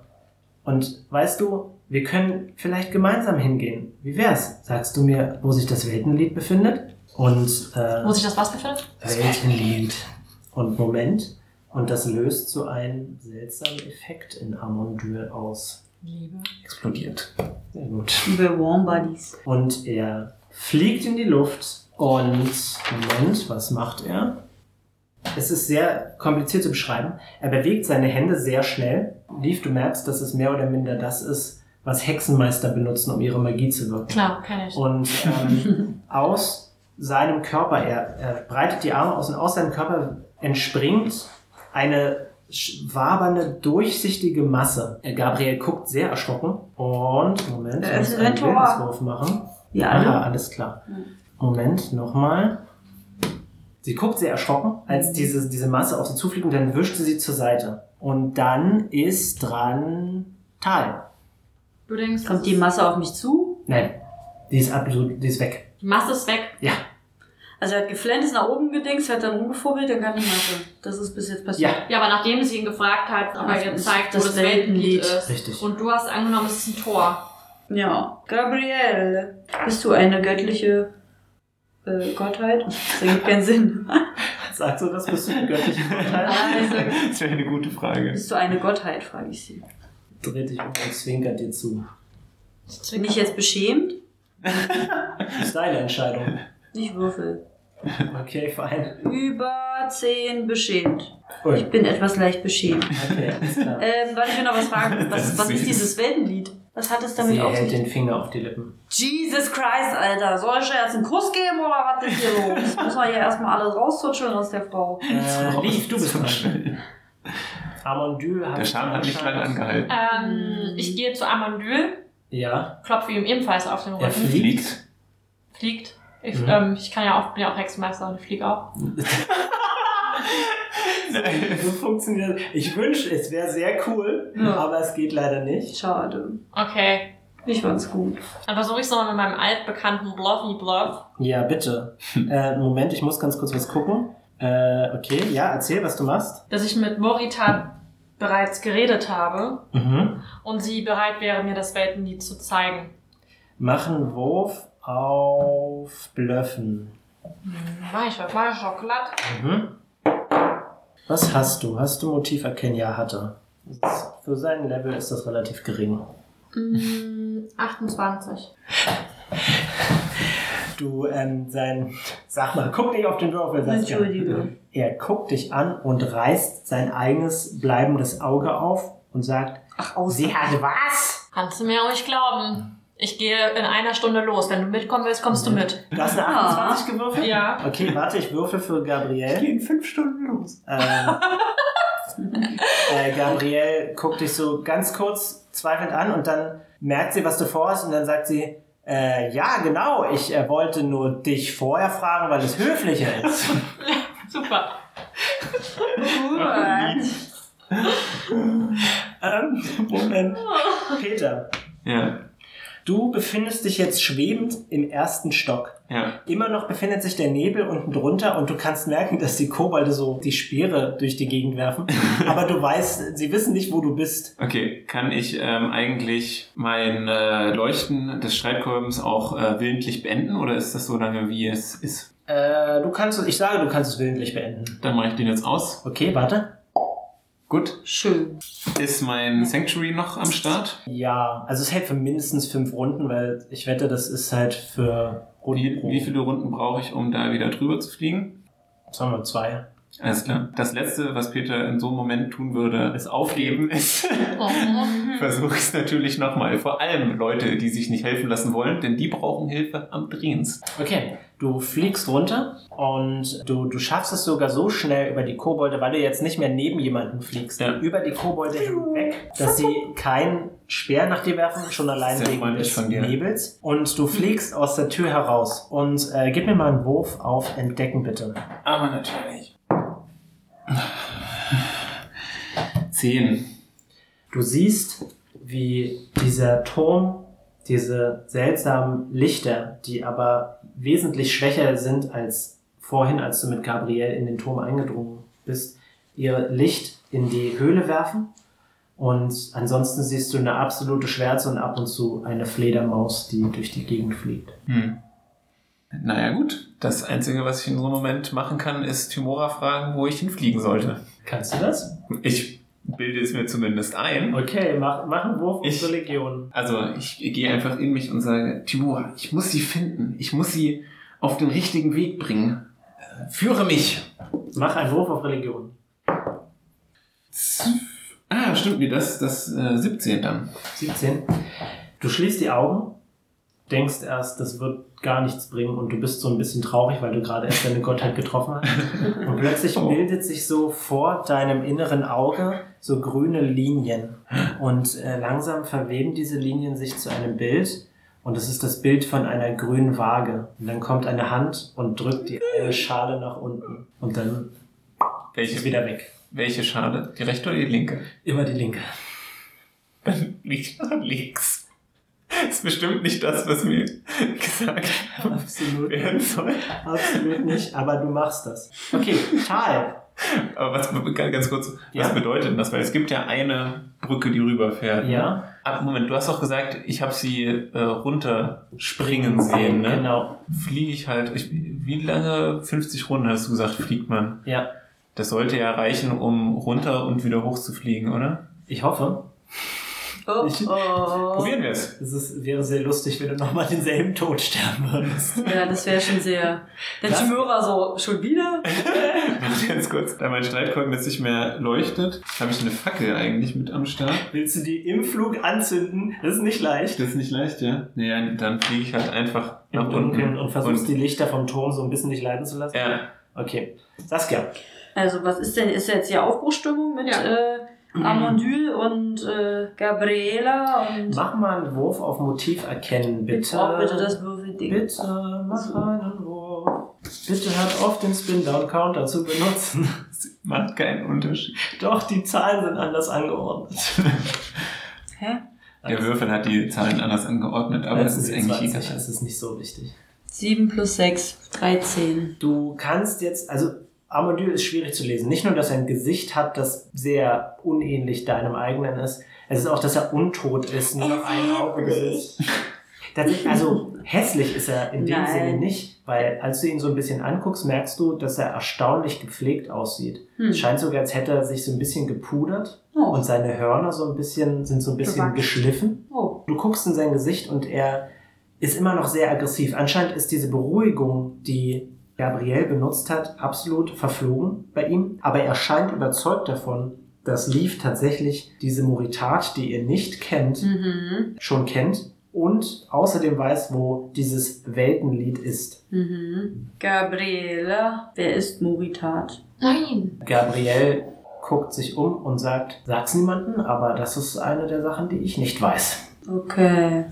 und weißt du, wir können vielleicht gemeinsam hingehen. Wie wär's? Sagst du mir, wo sich das Weltenlied befindet? Und äh,
Muss ich das was befinden?
Weltenlied. Äh, Und Moment. Und das löst so einen seltsamen Effekt in Amondül aus.
Liebe.
Explodiert.
Sehr gut.
Über Warm Buddies.
Und er fliegt in die Luft und Moment, was macht er? Es ist sehr kompliziert zu beschreiben. Er bewegt seine Hände sehr schnell. Lief, du merkst, dass es mehr oder minder das ist, was Hexenmeister benutzen, um ihre Magie zu wirken.
Klar, kenne ich.
Und ähm, aus seinem Körper, er, er breitet die Arme aus und aus seinem Körper entspringt eine sch- wabernde, durchsichtige Masse. Äh, Gabriel guckt sehr erschrocken und Moment, ich
Äh, Es
muss
ist
einen
ein Tor.
Willenswurf machen.
Ja,
Aha,
alle.
alles klar.
Mhm.
Moment, nochmal. Sie guckt sehr erschrocken, als diese, diese Masse auf sie zufliegt und dann wischt sie sie zur Seite. Und dann ist dran Tal.
Du denkst,
Kommt die Masse auf mich zu?
Nein, die ist absolut, die ist weg.
die Masse ist weg.
Ja,
Also er hat geflennt, ist nach oben gedingst, hat dann rumgefummelt und gar nicht Masse. Das ist bis jetzt passiert.
ja,
Ja, aber nachdem sie ihn gefragt hat, ob er
Das
ihr
ist
zeigt, wo
das
das Weltenlied
Weltenlied.
ist.
richtig.
Und du hast angenommen, es ist ein Tor.
Ja. Gabrielle, bist du eine göttliche äh, Gottheit? Das ergibt keinen Sinn.
Sagst du das? Bist du ein göttlicher Vorteil?
Also,
Das wäre eine gute Frage.
bist du eine Gottheit, frage ich sie.
Dreht dich um und zwinkert dir zu.
Bin ich jetzt beschämt?
Das ist deine Entscheidung.
Ich würfel.
Okay, fein.
Über 10 beschämt. Ich bin etwas leicht beschämt.
okay, alles klar.
Ähm, warte, ich will noch was fragen.
Das
Was,
ist
was ist
süß.
dieses Weltenlied? Was hat es damit
Sie
auf
hält
sich?
den Finger auf die Lippen.
Jesus Christ, Alter. Soll ich ihr jetzt einen Kuss geben oder was ist hier los? Muss man hier erstmal alles rauszutscheln aus der Frau.
Äh, Lief, du bist
So
dran.
schnell.
Amandül hat...
Der Charme hat nicht lange angehalten.
Ähm, ich gehe zu Amandül,
Ja,
klopfe ihm ebenfalls auf den
er
Rücken.
fliegt.
Liegt.
Fliegt. Ich,
Mhm.
ähm, ich kann ja auch, bin ja auch Hexenmeister und ich fliege auch.
Nein.
So funktioniert Ich wünsche, es wäre sehr cool,
Ja.
aber es geht leider nicht.
Schade.
Okay.
Ich fand's gut.
Dann versuche ich es nochmal mit meinem altbekannten Bluffy Bluff.
Ja, bitte. Äh, Moment, ich muss ganz kurz was gucken. Äh, okay, ja, erzähl, was du machst.
dass ich mit Morita bereits geredet habe
Mhm.
und sie bereit wäre, mir das Weltenlied zu zeigen.
Mach einen Wurf auf Blöffen.
Mach ich was, mach ich Schokolade.
Mhm. Was hast du? Hast du Motiv erkennen? Ja, hatte. Das ist- Für sein Level ist das relativ gering.
Mm, 28.
Du, ähm, sein. Sag mal, guck nicht auf den Würfel. Saskia.
Entschuldige.
Er guckt dich an und reißt sein eigenes bleibendes Auge auf und sagt:
Ach, aus.
Sie hat was?
Kannst du mir auch nicht glauben. Ich gehe in einer Stunde los. Wenn du mitkommen willst, kommst du mit.
Du hast eine
Ah.
28 gewürfelt?
Ja.
Okay, warte, ich würfel für Gabrielle.
in fünf Stunden los.
Ähm, äh, Gabrielle guckt dich so ganz kurz zweifelnd an und dann merkt sie, was du vorhast und dann sagt sie, äh, ja, genau, ich äh, wollte nur dich vorher fragen, weil es höflicher ist.
Super.
Gut.
ähm, Moment. Peter,
Ja,
du befindest dich jetzt schwebend im ersten Stock.
ja.
Immer noch befindet sich der Nebel unten drunter und du kannst merken, dass die Kobolde so die Speere durch die Gegend werfen. Aber du weißt, sie wissen nicht, wo du bist.
Okay, kann ich ähm, eigentlich mein äh, Leuchten des Streitkolbens auch äh, willentlich beenden oder ist das so lange, wie es ist?
Äh, du kannst es, ich sage, du kannst es willentlich beenden.
Dann mache ich den jetzt aus.
Okay, warte.
Gut.
Schön.
Ist mein Sanctuary noch am Start?
Ja, also es hält für mindestens fünf Runden, weil ich wette, das ist halt für
Wie,
pro-
wie viele Runden brauche ich, um da wieder drüber zu fliegen?
Sagen wir zwei.
Alles klar. Das Letzte, was Peter in so einem Moment tun würde, ist aufgeben. Ist
Oh.
Versuche es natürlich nochmal. Vor allem Leute, die sich nicht helfen lassen wollen, denn die brauchen Hilfe am dringendsten.
Okay, du fliegst runter und du, du schaffst es sogar so schnell über die Kobolde, weil du jetzt nicht mehr neben jemanden fliegst,
Ja.
über die Kobolde hinweg, dass sie kein Speer nach dir werfen, schon allein
Sehr
wegen
freundlich
des
von dir.
Nebels. Und du fliegst aus der Tür heraus und äh, gib mir mal einen Wurf auf Entdecken bitte.
Aber natürlich. Zehn.
Du siehst, wie dieser Turm, diese seltsamen Lichter, die aber wesentlich schwächer sind als vorhin, als du mit Gabriel in den Turm eingedrungen bist, ihr Licht in die Höhle werfen. Und ansonsten siehst du eine absolute Schwärze und ab und zu eine Fledermaus, die durch die Gegend fliegt.
Hm. Naja gut, das Einzige, was ich in so einem Moment machen kann, ist Timora fragen, wo ich hinfliegen sollte.
Kannst du das?
Ich bilde es mir zumindest ein.
Okay, mach, mach einen Wurf
Ich-
auf Religion.
Also ich gehe einfach in mich und sage, Timora, ich muss sie finden. Ich muss sie auf den richtigen Weg bringen. Äh, Führe mich.
Mach einen Wurf auf Religion.
Ah, stimmt, nee, das, das äh, 17 dann.
17. Du schließt die Augen, denkst erst, das wird gar nichts bringen und du bist so ein bisschen traurig, weil du gerade erst deine Gottheit getroffen hast. Und plötzlich
Oh.
bildet sich so vor deinem inneren Auge so grüne Linien. Und äh, langsam verweben diese Linien sich zu einem Bild. Und es ist das Bild von einer grünen Waage. Und dann kommt eine Hand und drückt die eine Schale nach unten. Und dann ist es
Welche,
wieder weg.
welche Schale? Die rechte oder die linke?
Immer die linke.
Dann liegt links. Ist bestimmt nicht das, was mir gesagt
Absolut.
werden soll.
Absolut nicht, aber du machst das. Okay, Tal.
Aber was, ganz kurz, was
Ja.
bedeutet denn das? Weil es gibt ja eine Brücke, die rüberfährt. ne?
Ja.
Ah, Moment, du hast doch gesagt, ich habe sie äh, runterspringen sehen, ne?
Genau,
Fliege ich halt, ich, wie lange? 50 Runden hast du gesagt, fliegt man.
ja.
Das sollte ja reichen, um runter und wieder hoch zu fliegen, oder?
Ich hoffe.
Oh,
Ich-
oh.
Probieren wir es.
Es ist, wäre sehr lustig, wenn du nochmal denselben Tod sterben würdest.
Ja, das wäre schon sehr. Der
Das-
Chimörer so, schon wieder?
Warte ganz kurz. Da mein Streitkolben jetzt nicht mehr leuchtet, habe ich eine Fackel eigentlich mit am Start.
Willst du die im Flug anzünden? Das ist nicht
Ist
leicht.
das nicht leicht, ja? Naja, dann fliege ich halt einfach
Im
nach unten.
Dunkeln und versuchst die Lichter vom Turm so ein bisschen dich leiten zu lassen?
Ja,
Okay. Saskia.
Also, was ist denn? Ist jetzt hier Aufbruchstimmung mit
Ja.
äh,
Mhm.
Amondyl und äh, Gabriela und.
Mach mal einen Wurf auf Motiv erkennen, bitte.
Auch bitte das Würfelding.
Bitte mach einen Wurf. Bitte hört auf, den Spin-Down-Counter zu benutzen.
macht keinen Unterschied.
Doch, die Zahlen sind anders angeordnet.
Hä?
Der Würfel hat die Zahlen anders angeordnet, aber es
sind
ist
die
eigentlich
20,
egal.
Das ist nicht so wichtig.
7 plus 6, 13.
Du kannst jetzt, also Amondyl ist schwierig zu lesen. Nicht nur, dass er ein Gesicht hat, das sehr unähnlich deinem eigenen ist. Es ist auch, dass er untot ist, nur noch ein Auge besitzt. Tatsächlich, also hässlich ist er in dem
Nein.
Sinne nicht, weil als du ihn so ein bisschen anguckst, merkst du, dass er erstaunlich gepflegt aussieht.
Hm.
Es scheint sogar, als hätte er sich so ein bisschen gepudert
Oh.
und seine Hörner so ein bisschen, sind so ein bisschen
Gewachsen.
geschliffen.
oh.
Du guckst in sein Gesicht und er ist immer noch sehr aggressiv. Anscheinend ist diese Beruhigung, die Gabriel benutzt hat, absolut verflogen bei ihm. Aber er scheint überzeugt davon, dass Leaf tatsächlich diese Moritat, die ihr nicht kennt,
Mhm.
schon kennt. Und außerdem weiß, wo dieses Weltenlied ist.
Mhm. Gabriela. Wer ist Moritat?
Nein.
Gabriel guckt sich um und sagt, sag's niemanden, aber das ist eine der Sachen, die ich nicht weiß.
Okay.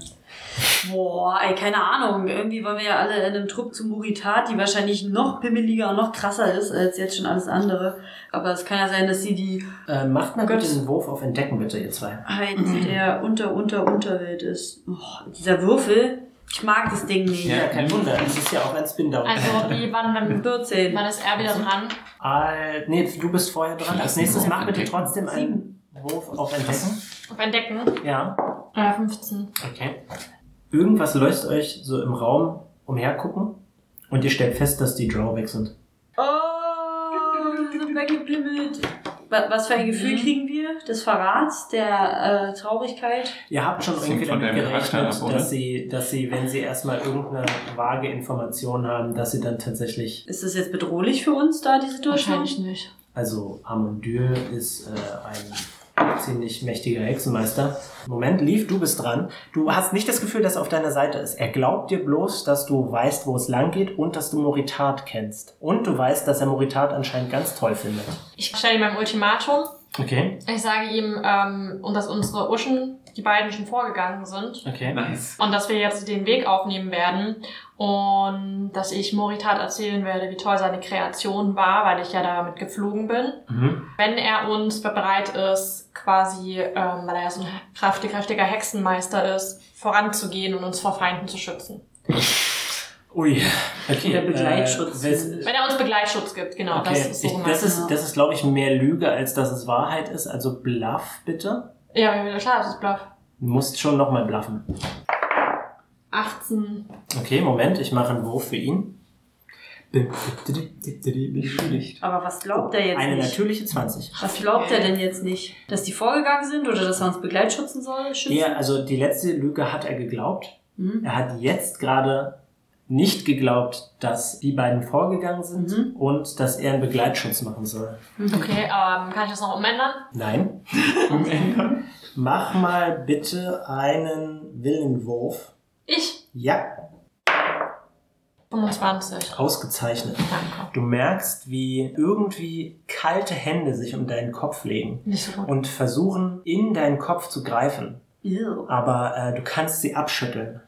Boah, ey, keine Ahnung. Irgendwie waren wir ja alle in einem Trupp zu Moritat, die wahrscheinlich noch pimmeliger und noch krasser ist als jetzt schon alles andere. Aber es kann ja sein, dass sie die
Äh, macht mal bitte
Gott.
einen Wurf auf Entdecken, bitte, ihr zwei.
halt
Mhm.
der unter, unter, Unterwelt ist. Oh, dieser Würfel. Ich mag das Ding nicht.
Ja. hm.
Ja, kein Wunder, es ist ja auch ein Spin-Down.
Also, wie, wann, wann,
14.
wann ist er wieder dran?
Al- Äh, nee, du bist vorher dran. Als
Lass
nächstes
mich
mach bitte
entdecken.
trotzdem einen Wurf auf Entdecken.
Auf Entdecken?
Ja,
Ja, 15.
okay. Irgendwas lässt euch so im Raum umhergucken und ihr stellt fest, dass die Draw weg sind.
Oh, wir sind weggeblimmelt. Wa- Was für
Mhm.
ein Gefühl kriegen wir? Des Verrats, der äh, Traurigkeit?
Ihr habt schon
Das
irgendwie
hängt von
damit
deinem Charakter
gerechnet,
ab, oder?
dass sie, dass sie, wenn sie erstmal irgendeine vage Information haben, dass sie dann tatsächlich,
Ist das jetzt bedrohlich für uns da, die Situation?
Wahrscheinlich nicht.
also Amondyl ist äh, ein ziemlich mächtiger Hexenmeister. Moment, Leaf, du bist dran. Du hast nicht das Gefühl, dass er auf deiner Seite ist. Er glaubt dir bloß, dass du weißt, wo es lang geht und dass du Moritat kennst. Und du weißt, dass er Moritat anscheinend ganz toll findet.
Ich stelle ihm ein Ultimatum.
Okay,
Ich sage ihm, ähm, und dass unsere Uschen, die beiden schon vorgegangen sind.
okay.
Nice.
Und dass wir jetzt den Weg aufnehmen werden. Und dass ich Moritat erzählen werde, wie toll seine Kreation war, weil ich ja damit geflogen bin.
Mhm.
Wenn er uns bereit ist, quasi, ähm, weil er ja so ein kraftig, kräftiger Hexenmeister ist, voranzugehen und uns vor Feinden zu schützen.
Ui, okay.
Der Begleitschutz.
Äh, wes-
Wenn er uns Begleitschutz gibt, genau,
okay.
das ist so
ich,
gemeint.
das ist, das ist glaube ich, mehr Lüge, als dass es Wahrheit ist. Also Bluff, bitte.
ja, ja, klar, das ist Bluff.
Du musst schon nochmal bluffen.
18.
Okay, Moment, ich mache einen Wurf für ihn.
Aber was glaubt er jetzt
Eine
nicht?
natürliche 20.
Was glaubt er denn jetzt nicht? Dass die vorgegangen sind oder dass er uns begleitschützen soll? Schützen?
Ja, also die letzte Lüge hat er geglaubt.
Hm?
Er hat jetzt gerade nicht geglaubt, dass die beiden vorgegangen sind
Mhm.
und dass er einen Begleitschutz machen soll.
Okay, ähm, kann ich das noch umändern?
Nein. Mach mal bitte einen Willenwurf.
Ich?
Ja,
25.
ausgezeichnet.
Danke.
Du merkst, wie irgendwie kalte Hände sich um deinen Kopf legen
Nicht so gut.
und versuchen, in deinen Kopf zu greifen.
Ew.
Aber äh, du kannst sie abschütteln.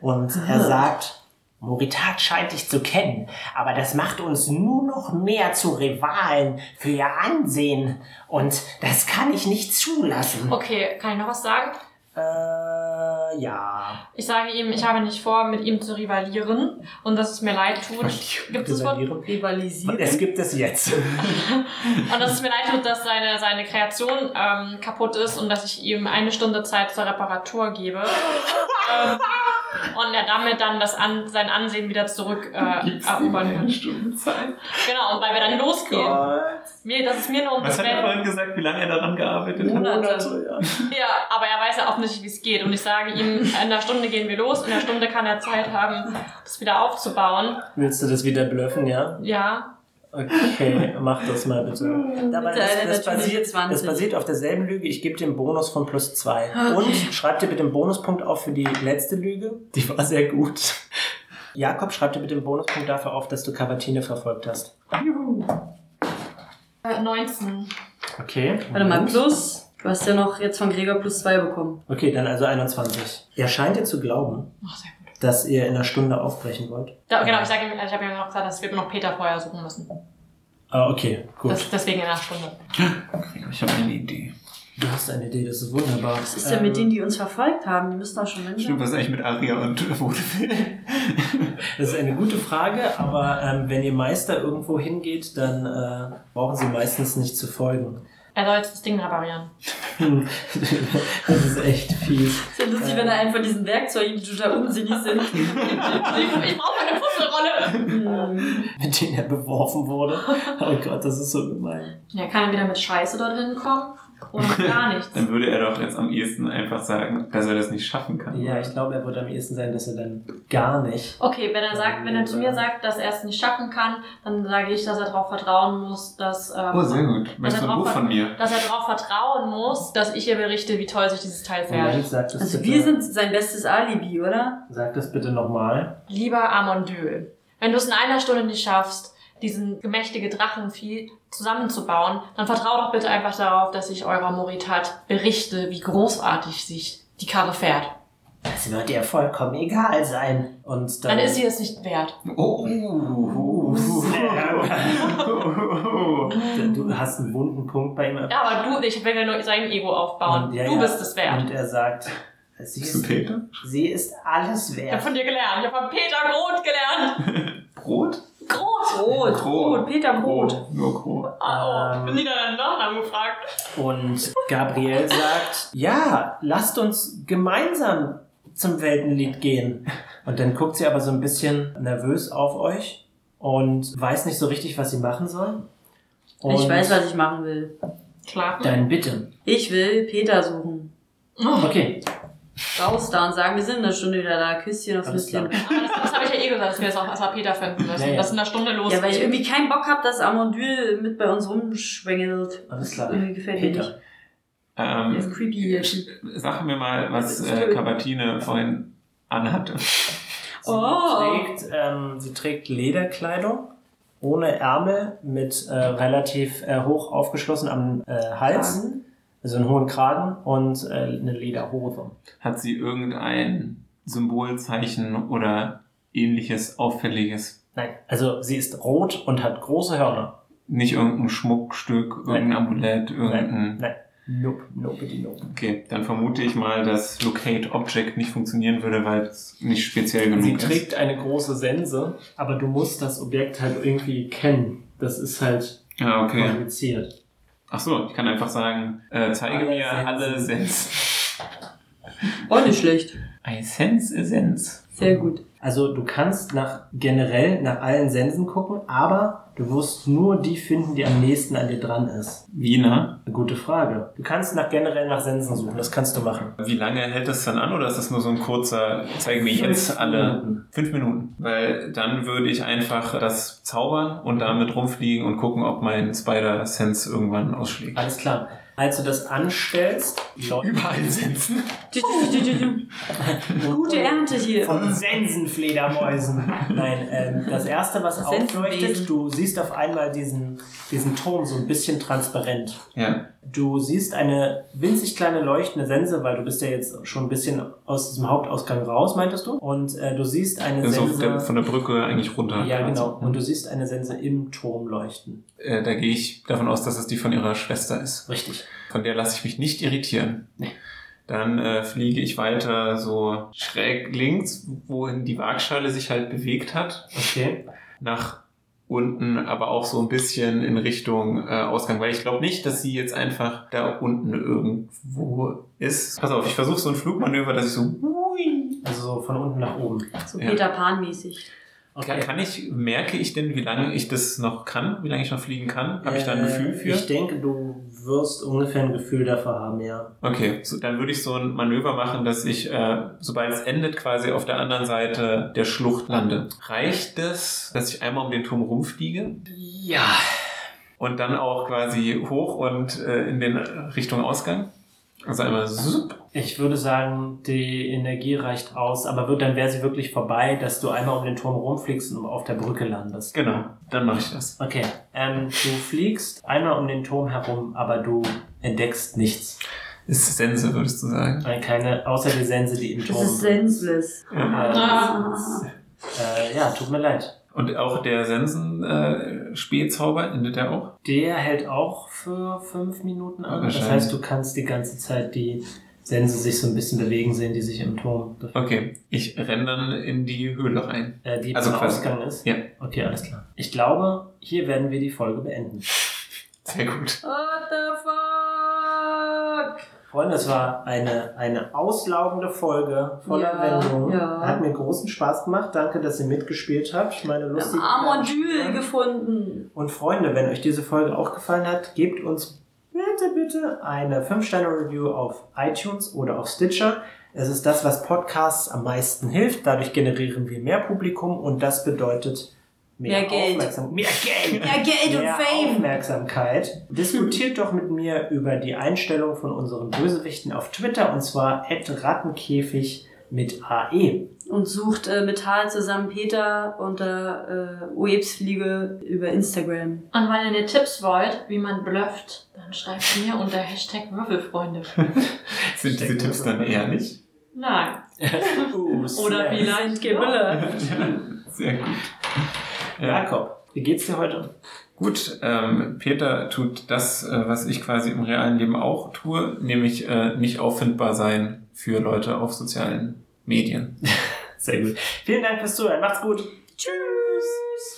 Und er
Ah.
sagt, Moritat scheint dich zu kennen, aber das macht uns nur noch mehr zu Rivalen für ihr Ansehen. Und das kann ich nicht zulassen.
Okay, kann ich noch was sagen?
Äh, ja.
Ich sage ihm, ich habe nicht vor, mit ihm zu rivalieren und dass es mir leid tut. Gibt es das Wort?
Rivalieren.
Rivalisieren.
Es gibt es jetzt.
Und dass es mir leid tut, dass seine, seine Kreation ähm, kaputt ist und dass ich ihm eine Stunde Zeit zur Reparatur gebe. ähm, und er damit dann das an, sein Ansehen wieder zurück äh,
Gibt's die
erobern kann.
Stundenzeit?
Genau, und weil wir dann losgehen. Mir, das ist mir nur um
Was
das
hat er
Welt.
vorhin gesagt, wie lange er daran gearbeitet hat?
Monate.
Ja, aber er weiß ja offensichtlich, wie es geht. Und ich sage ihm, in einer Stunde gehen wir los, in einer Stunde kann er Zeit haben, das wieder aufzubauen.
Willst du das wieder bluffen, ja?
Ja.
Okay, mach das mal bitte. Dabei
Hm, Bitte eine
das, das,
natürliche
basiert,
20.
das basiert auf derselben Lüge. Ich gebe dir einen Bonus von plus zwei.
Ah,
Und schreib dir bitte einen Bonuspunkt auf für die letzte Lüge. Die war sehr gut. Jakob, schreib dir bitte einen Bonuspunkt dafür auf, dass du Cavatine verfolgt hast.
Äh, 19.
Okay.
Warte mal,
Moment.
plus. Du hast ja noch jetzt von Gregor plus zwei bekommen.
Okay, dann also 21. Er scheint dir zu glauben,
Ach, sehr gut.
dass ihr in einer Stunde aufbrechen wollt.
Da, genau, ich, sage ihm, ich habe ihm noch gesagt, dass wir noch Peter vorher suchen müssen.
Ah, okay, gut.
Das, deswegen in einer Stunde.
Ich habe eine Idee.
du hast eine Idee, das ist wunderbar. Ähm,
Was ist denn mit denen, die uns verfolgt haben? Die müssen doch schon
Stimmt,
Menschen.
was ist eigentlich mit Aria und Wodefill?
Das ist eine gute Frage, aber ähm, wenn ihr Meister irgendwo hingeht, dann äh, brauchen sie meistens nicht zu folgen.
Er soll jetzt das Ding reparieren.
Hm, das ist echt fies.
Ist ja lustig, wenn er einen von diesen Werkzeugen, die total unsinnig sind.
Ich, ich brauche eine Puzzelrolle.
Hm.
Mit denen er beworfen wurde. Oh Gott, das ist so gemein.
Ja, kann er wieder mit Scheiße dorthin kommen? Oder mit gar nichts?
Dann würde er doch jetzt am ehesten einfach sagen, dass er das nicht schaffen kann.
Ja, ich glaube, er wird am ehesten sein, dass er dann gar nicht.
Okay, wenn er sagt, wenn er zu mir sagt, dass er es nicht schaffen kann, dann sage ich, dass er darauf vertrauen muss, dass, ähm,
Oh, sehr gut. Möchtest du ein
drauf
Buch
hat-
von mir?
dass er darauf vertrauen muss, dass ich ihr berichte, wie toll sich dieses Teil
Moment,
fährt.
sag das
Also
bitte,
wir sind sein bestes Alibi, oder?
Sag das bitte nochmal.
Lieber Amondül, wenn du es in einer Stunde nicht schaffst, diesen gemächtige Drachenvieh zusammenzubauen, dann vertrau doch bitte einfach darauf, dass ich eurer Moritat berichte, wie großartig sich die Karre fährt.
Das wird ihr vollkommen egal sein. Und dann,
Dann ist sie es nicht wert.
Oh, oh, oh, oh, oh.
du hast einen wunden Punkt bei ihm.
Ja, aber du, ich will ja nur sein Ego aufbauen.
Und- ja,
du
ja.
bist es wert.
Und er sagt, sie
Bist du
ist,
Peter?
sie ist alles
Ich habe
wert.
von dir gelernt. Ich habe von Peter Groth gelernt.
Brot?
Groth!
Brot, Brot, Peter Brot.
Brot. Nur Brot.
Ah, oh,
Ähm.
bin wieder deinen Nachnamen gefragt.
Und Gabriel sagt, ja, lasst uns gemeinsam zum Weltenlied gehen. Und dann guckt sie aber so ein bisschen nervös auf euch und weiß nicht so richtig, was sie machen soll. Und
Ich weiß, was ich machen will.
Schlafen?
Dann bitte.
Ich will Peter suchen.
Oh,
Okay,
Raus da und sagen, wir sind in einer Stunde wieder da. Küsschen auf
Alles
Nüsschen.
das, das habe ich ja eh gesagt, dass wir das auch erstmal Peter finden müssen.
Ja, ja.
Dass in einer Stunde losgeht.
Ja, weil ich irgendwie keinen Bock habe, dass Amandül mit bei uns rumschwängelt.
alles klar.
Irgendwie gefällt mir nicht.
Peter,
Der
Ähm,
ist creepy, der Typ.
sag mir mal, was
Das ist
äh,
schön.
Cavatine vorhin anhatte.
sie,
Oh.
trägt, ähm, sie trägt Lederkleidung ohne Ärmel mit äh, relativ äh, hoch aufgeschlossen am äh, Hals, also einen hohen Kragen und äh, eine Lederhose.
Hat sie irgendein Symbolzeichen oder ähnliches Auffälliges?
Nein, also sie ist rot und hat große Hörner.
Nicht irgendein Schmuckstück, irgendein
Nein.
Amulett, irgendein.
Nein, nein. Nope, nobody, nope.
Okay, dann vermute ich mal, dass Locate Object nicht funktionieren würde, weil es nicht speziell genug
Sie
ist.
trägt eine große Sense, aber du musst das Objekt halt irgendwie kennen. Das ist halt
Ja, Ah, okay.
kompliziert.
Ach so, ich kann einfach sagen, äh, zeige
Alle
mir
Sensen.
alle Sens.
Auch nicht schlecht.
I sense a sense.
Sehr gut.
Also du kannst nach generell nach allen Sensen gucken, aber du wirst nur die finden, die am nächsten an dir dran ist.
Wiener.
Eine gute Frage. Du kannst nach generell nach Sensen suchen, das kannst du machen.
Wie lange hält das dann an oder ist das nur so ein kurzer, zeige mir jetzt alle
Minuten.
Fünf Minuten. Weil dann würde ich einfach das zaubern und damit rumfliegen und gucken, ob mein Spider-Sense irgendwann ausschlägt.
Alles klar. Als du das anstellst, läuft
Überall sensen.
Du, du, du, du, du. Gute Ernte hier.
Von Sensenfledermäusen. Nein, ähm, das erste, was
Sensenwesen.
aufleuchtet, du siehst auf einmal diesen, diesen Turm so ein bisschen transparent.
Ja.
Du siehst eine winzig kleine leuchtende Sense, weil du bist ja jetzt schon ein bisschen aus diesem Hauptausgang raus, meintest du? Und äh, du siehst eine
Also auf der,
Sense.
von der Brücke eigentlich runter.
Ja, genau.
Also,
Und du siehst eine Sense im Turm leuchten.
äh, da gehe ich davon aus, dass es die von ihrer Schwester ist.
Richtig.
Von der lasse ich mich nicht irritieren.
Nee.
Dann äh, fliege ich weiter so schräg links, wohin die Waagschale sich halt bewegt hat,
Okay.
nach unten, aber auch so ein bisschen in Richtung äh, Ausgang, weil ich glaube nicht, dass sie jetzt einfach da unten irgendwo ist. Pass auf, ich versuche so ein Flugmanöver, dass ich so
Also so von unten nach oben.
So
Ja.
Peter Pan-mäßig.
Kann, kann ich, merke ich denn, wie lange ich das noch kann, wie lange ich noch fliegen kann? Habe ich da ein
Äh,
Gefühl für?
Ich denke, du wirst ungefähr ein Gefühl dafür haben, ja.
Okay, so, dann würde ich so ein Manöver machen, dass ich, äh, sobald es endet, quasi auf der anderen Seite der Schlucht lande. Reicht es, dass ich einmal um den Turm rumfliege
Ja.
und dann auch quasi hoch und äh, in den Richtung Ausgang? Also einmal zup.
Ich würde sagen, die Energie reicht aus, aber wird, dann wäre sie wirklich vorbei, dass du einmal um den Turm rumfliegst und auf der Brücke landest.
Genau, dann mache ich das.
Okay, ähm, du fliegst einmal um den Turm herum, aber du entdeckst nichts.
Ist Sense, würdest du sagen.
Äh, Keine, außer die Sense, die im
Das
Turm
ist senseless.
Äh, äh, ja, tut mir leid.
Und auch der Sensen-Spähzauber endet er auch?
Der hält auch für fünf Minuten an. Das
Wahrscheinlich.
heißt, du kannst die ganze Zeit die Sense sich so ein bisschen bewegen sehen, die sich im Turm befindet.
Okay, ich renne dann in die Höhle rein.
Äh, die
Also
also
quasi-
Ausgang ist.
Ja.
Okay, alles klar. Ich glaube, hier werden wir die Folge beenden.
Sehr gut.
What the fuck?
Freunde, es war eine, eine auslaugende Folge voller
Ja,
Wendungen.
ja.
Hat mir großen Spaß gemacht. Danke, dass ihr mitgespielt habt. Meine
Wir
lustige
haben Amondyl gefunden.
Und Freunde, wenn euch diese Folge auch gefallen hat, gebt uns bitte, bitte eine 5-Sterne-Review auf iTunes oder auf Stitcher. Es ist das, was Podcasts am meisten hilft. Dadurch generieren wir mehr Publikum und das bedeutet mehr,
Mehr Geld.
Aufmerksam mehr Geld.
Ja, Geld und
Mehr
Fame.
Aufmerksamkeit. Diskutiert doch mit mir über die Einstellung von unseren Bösewichten auf Twitter und zwar rattenkäfig mit E. AE.
Und sucht äh, mit Tal zusammen Peter unter äh, Uebsfliege über Instagram.
Und wenn ihr Tipps wollt, wie man blufft, dann schreibt mir unter Hashtag Würfelfreunde.
Sind diese Tipps dann ehrlich?
Nein.
Uh,
Oder
Snacks.
vielleicht
Gebille.
Sehr gut. Ja,
Jakob, wie geht's dir heute?
gut. Ähm, Peter tut das, äh, was ich quasi im realen Leben auch tue, nämlich äh, nicht auffindbar sein für Leute auf sozialen Medien.
Sehr gut. Vielen Dank fürs Zuhören. Macht's gut. Tschüss.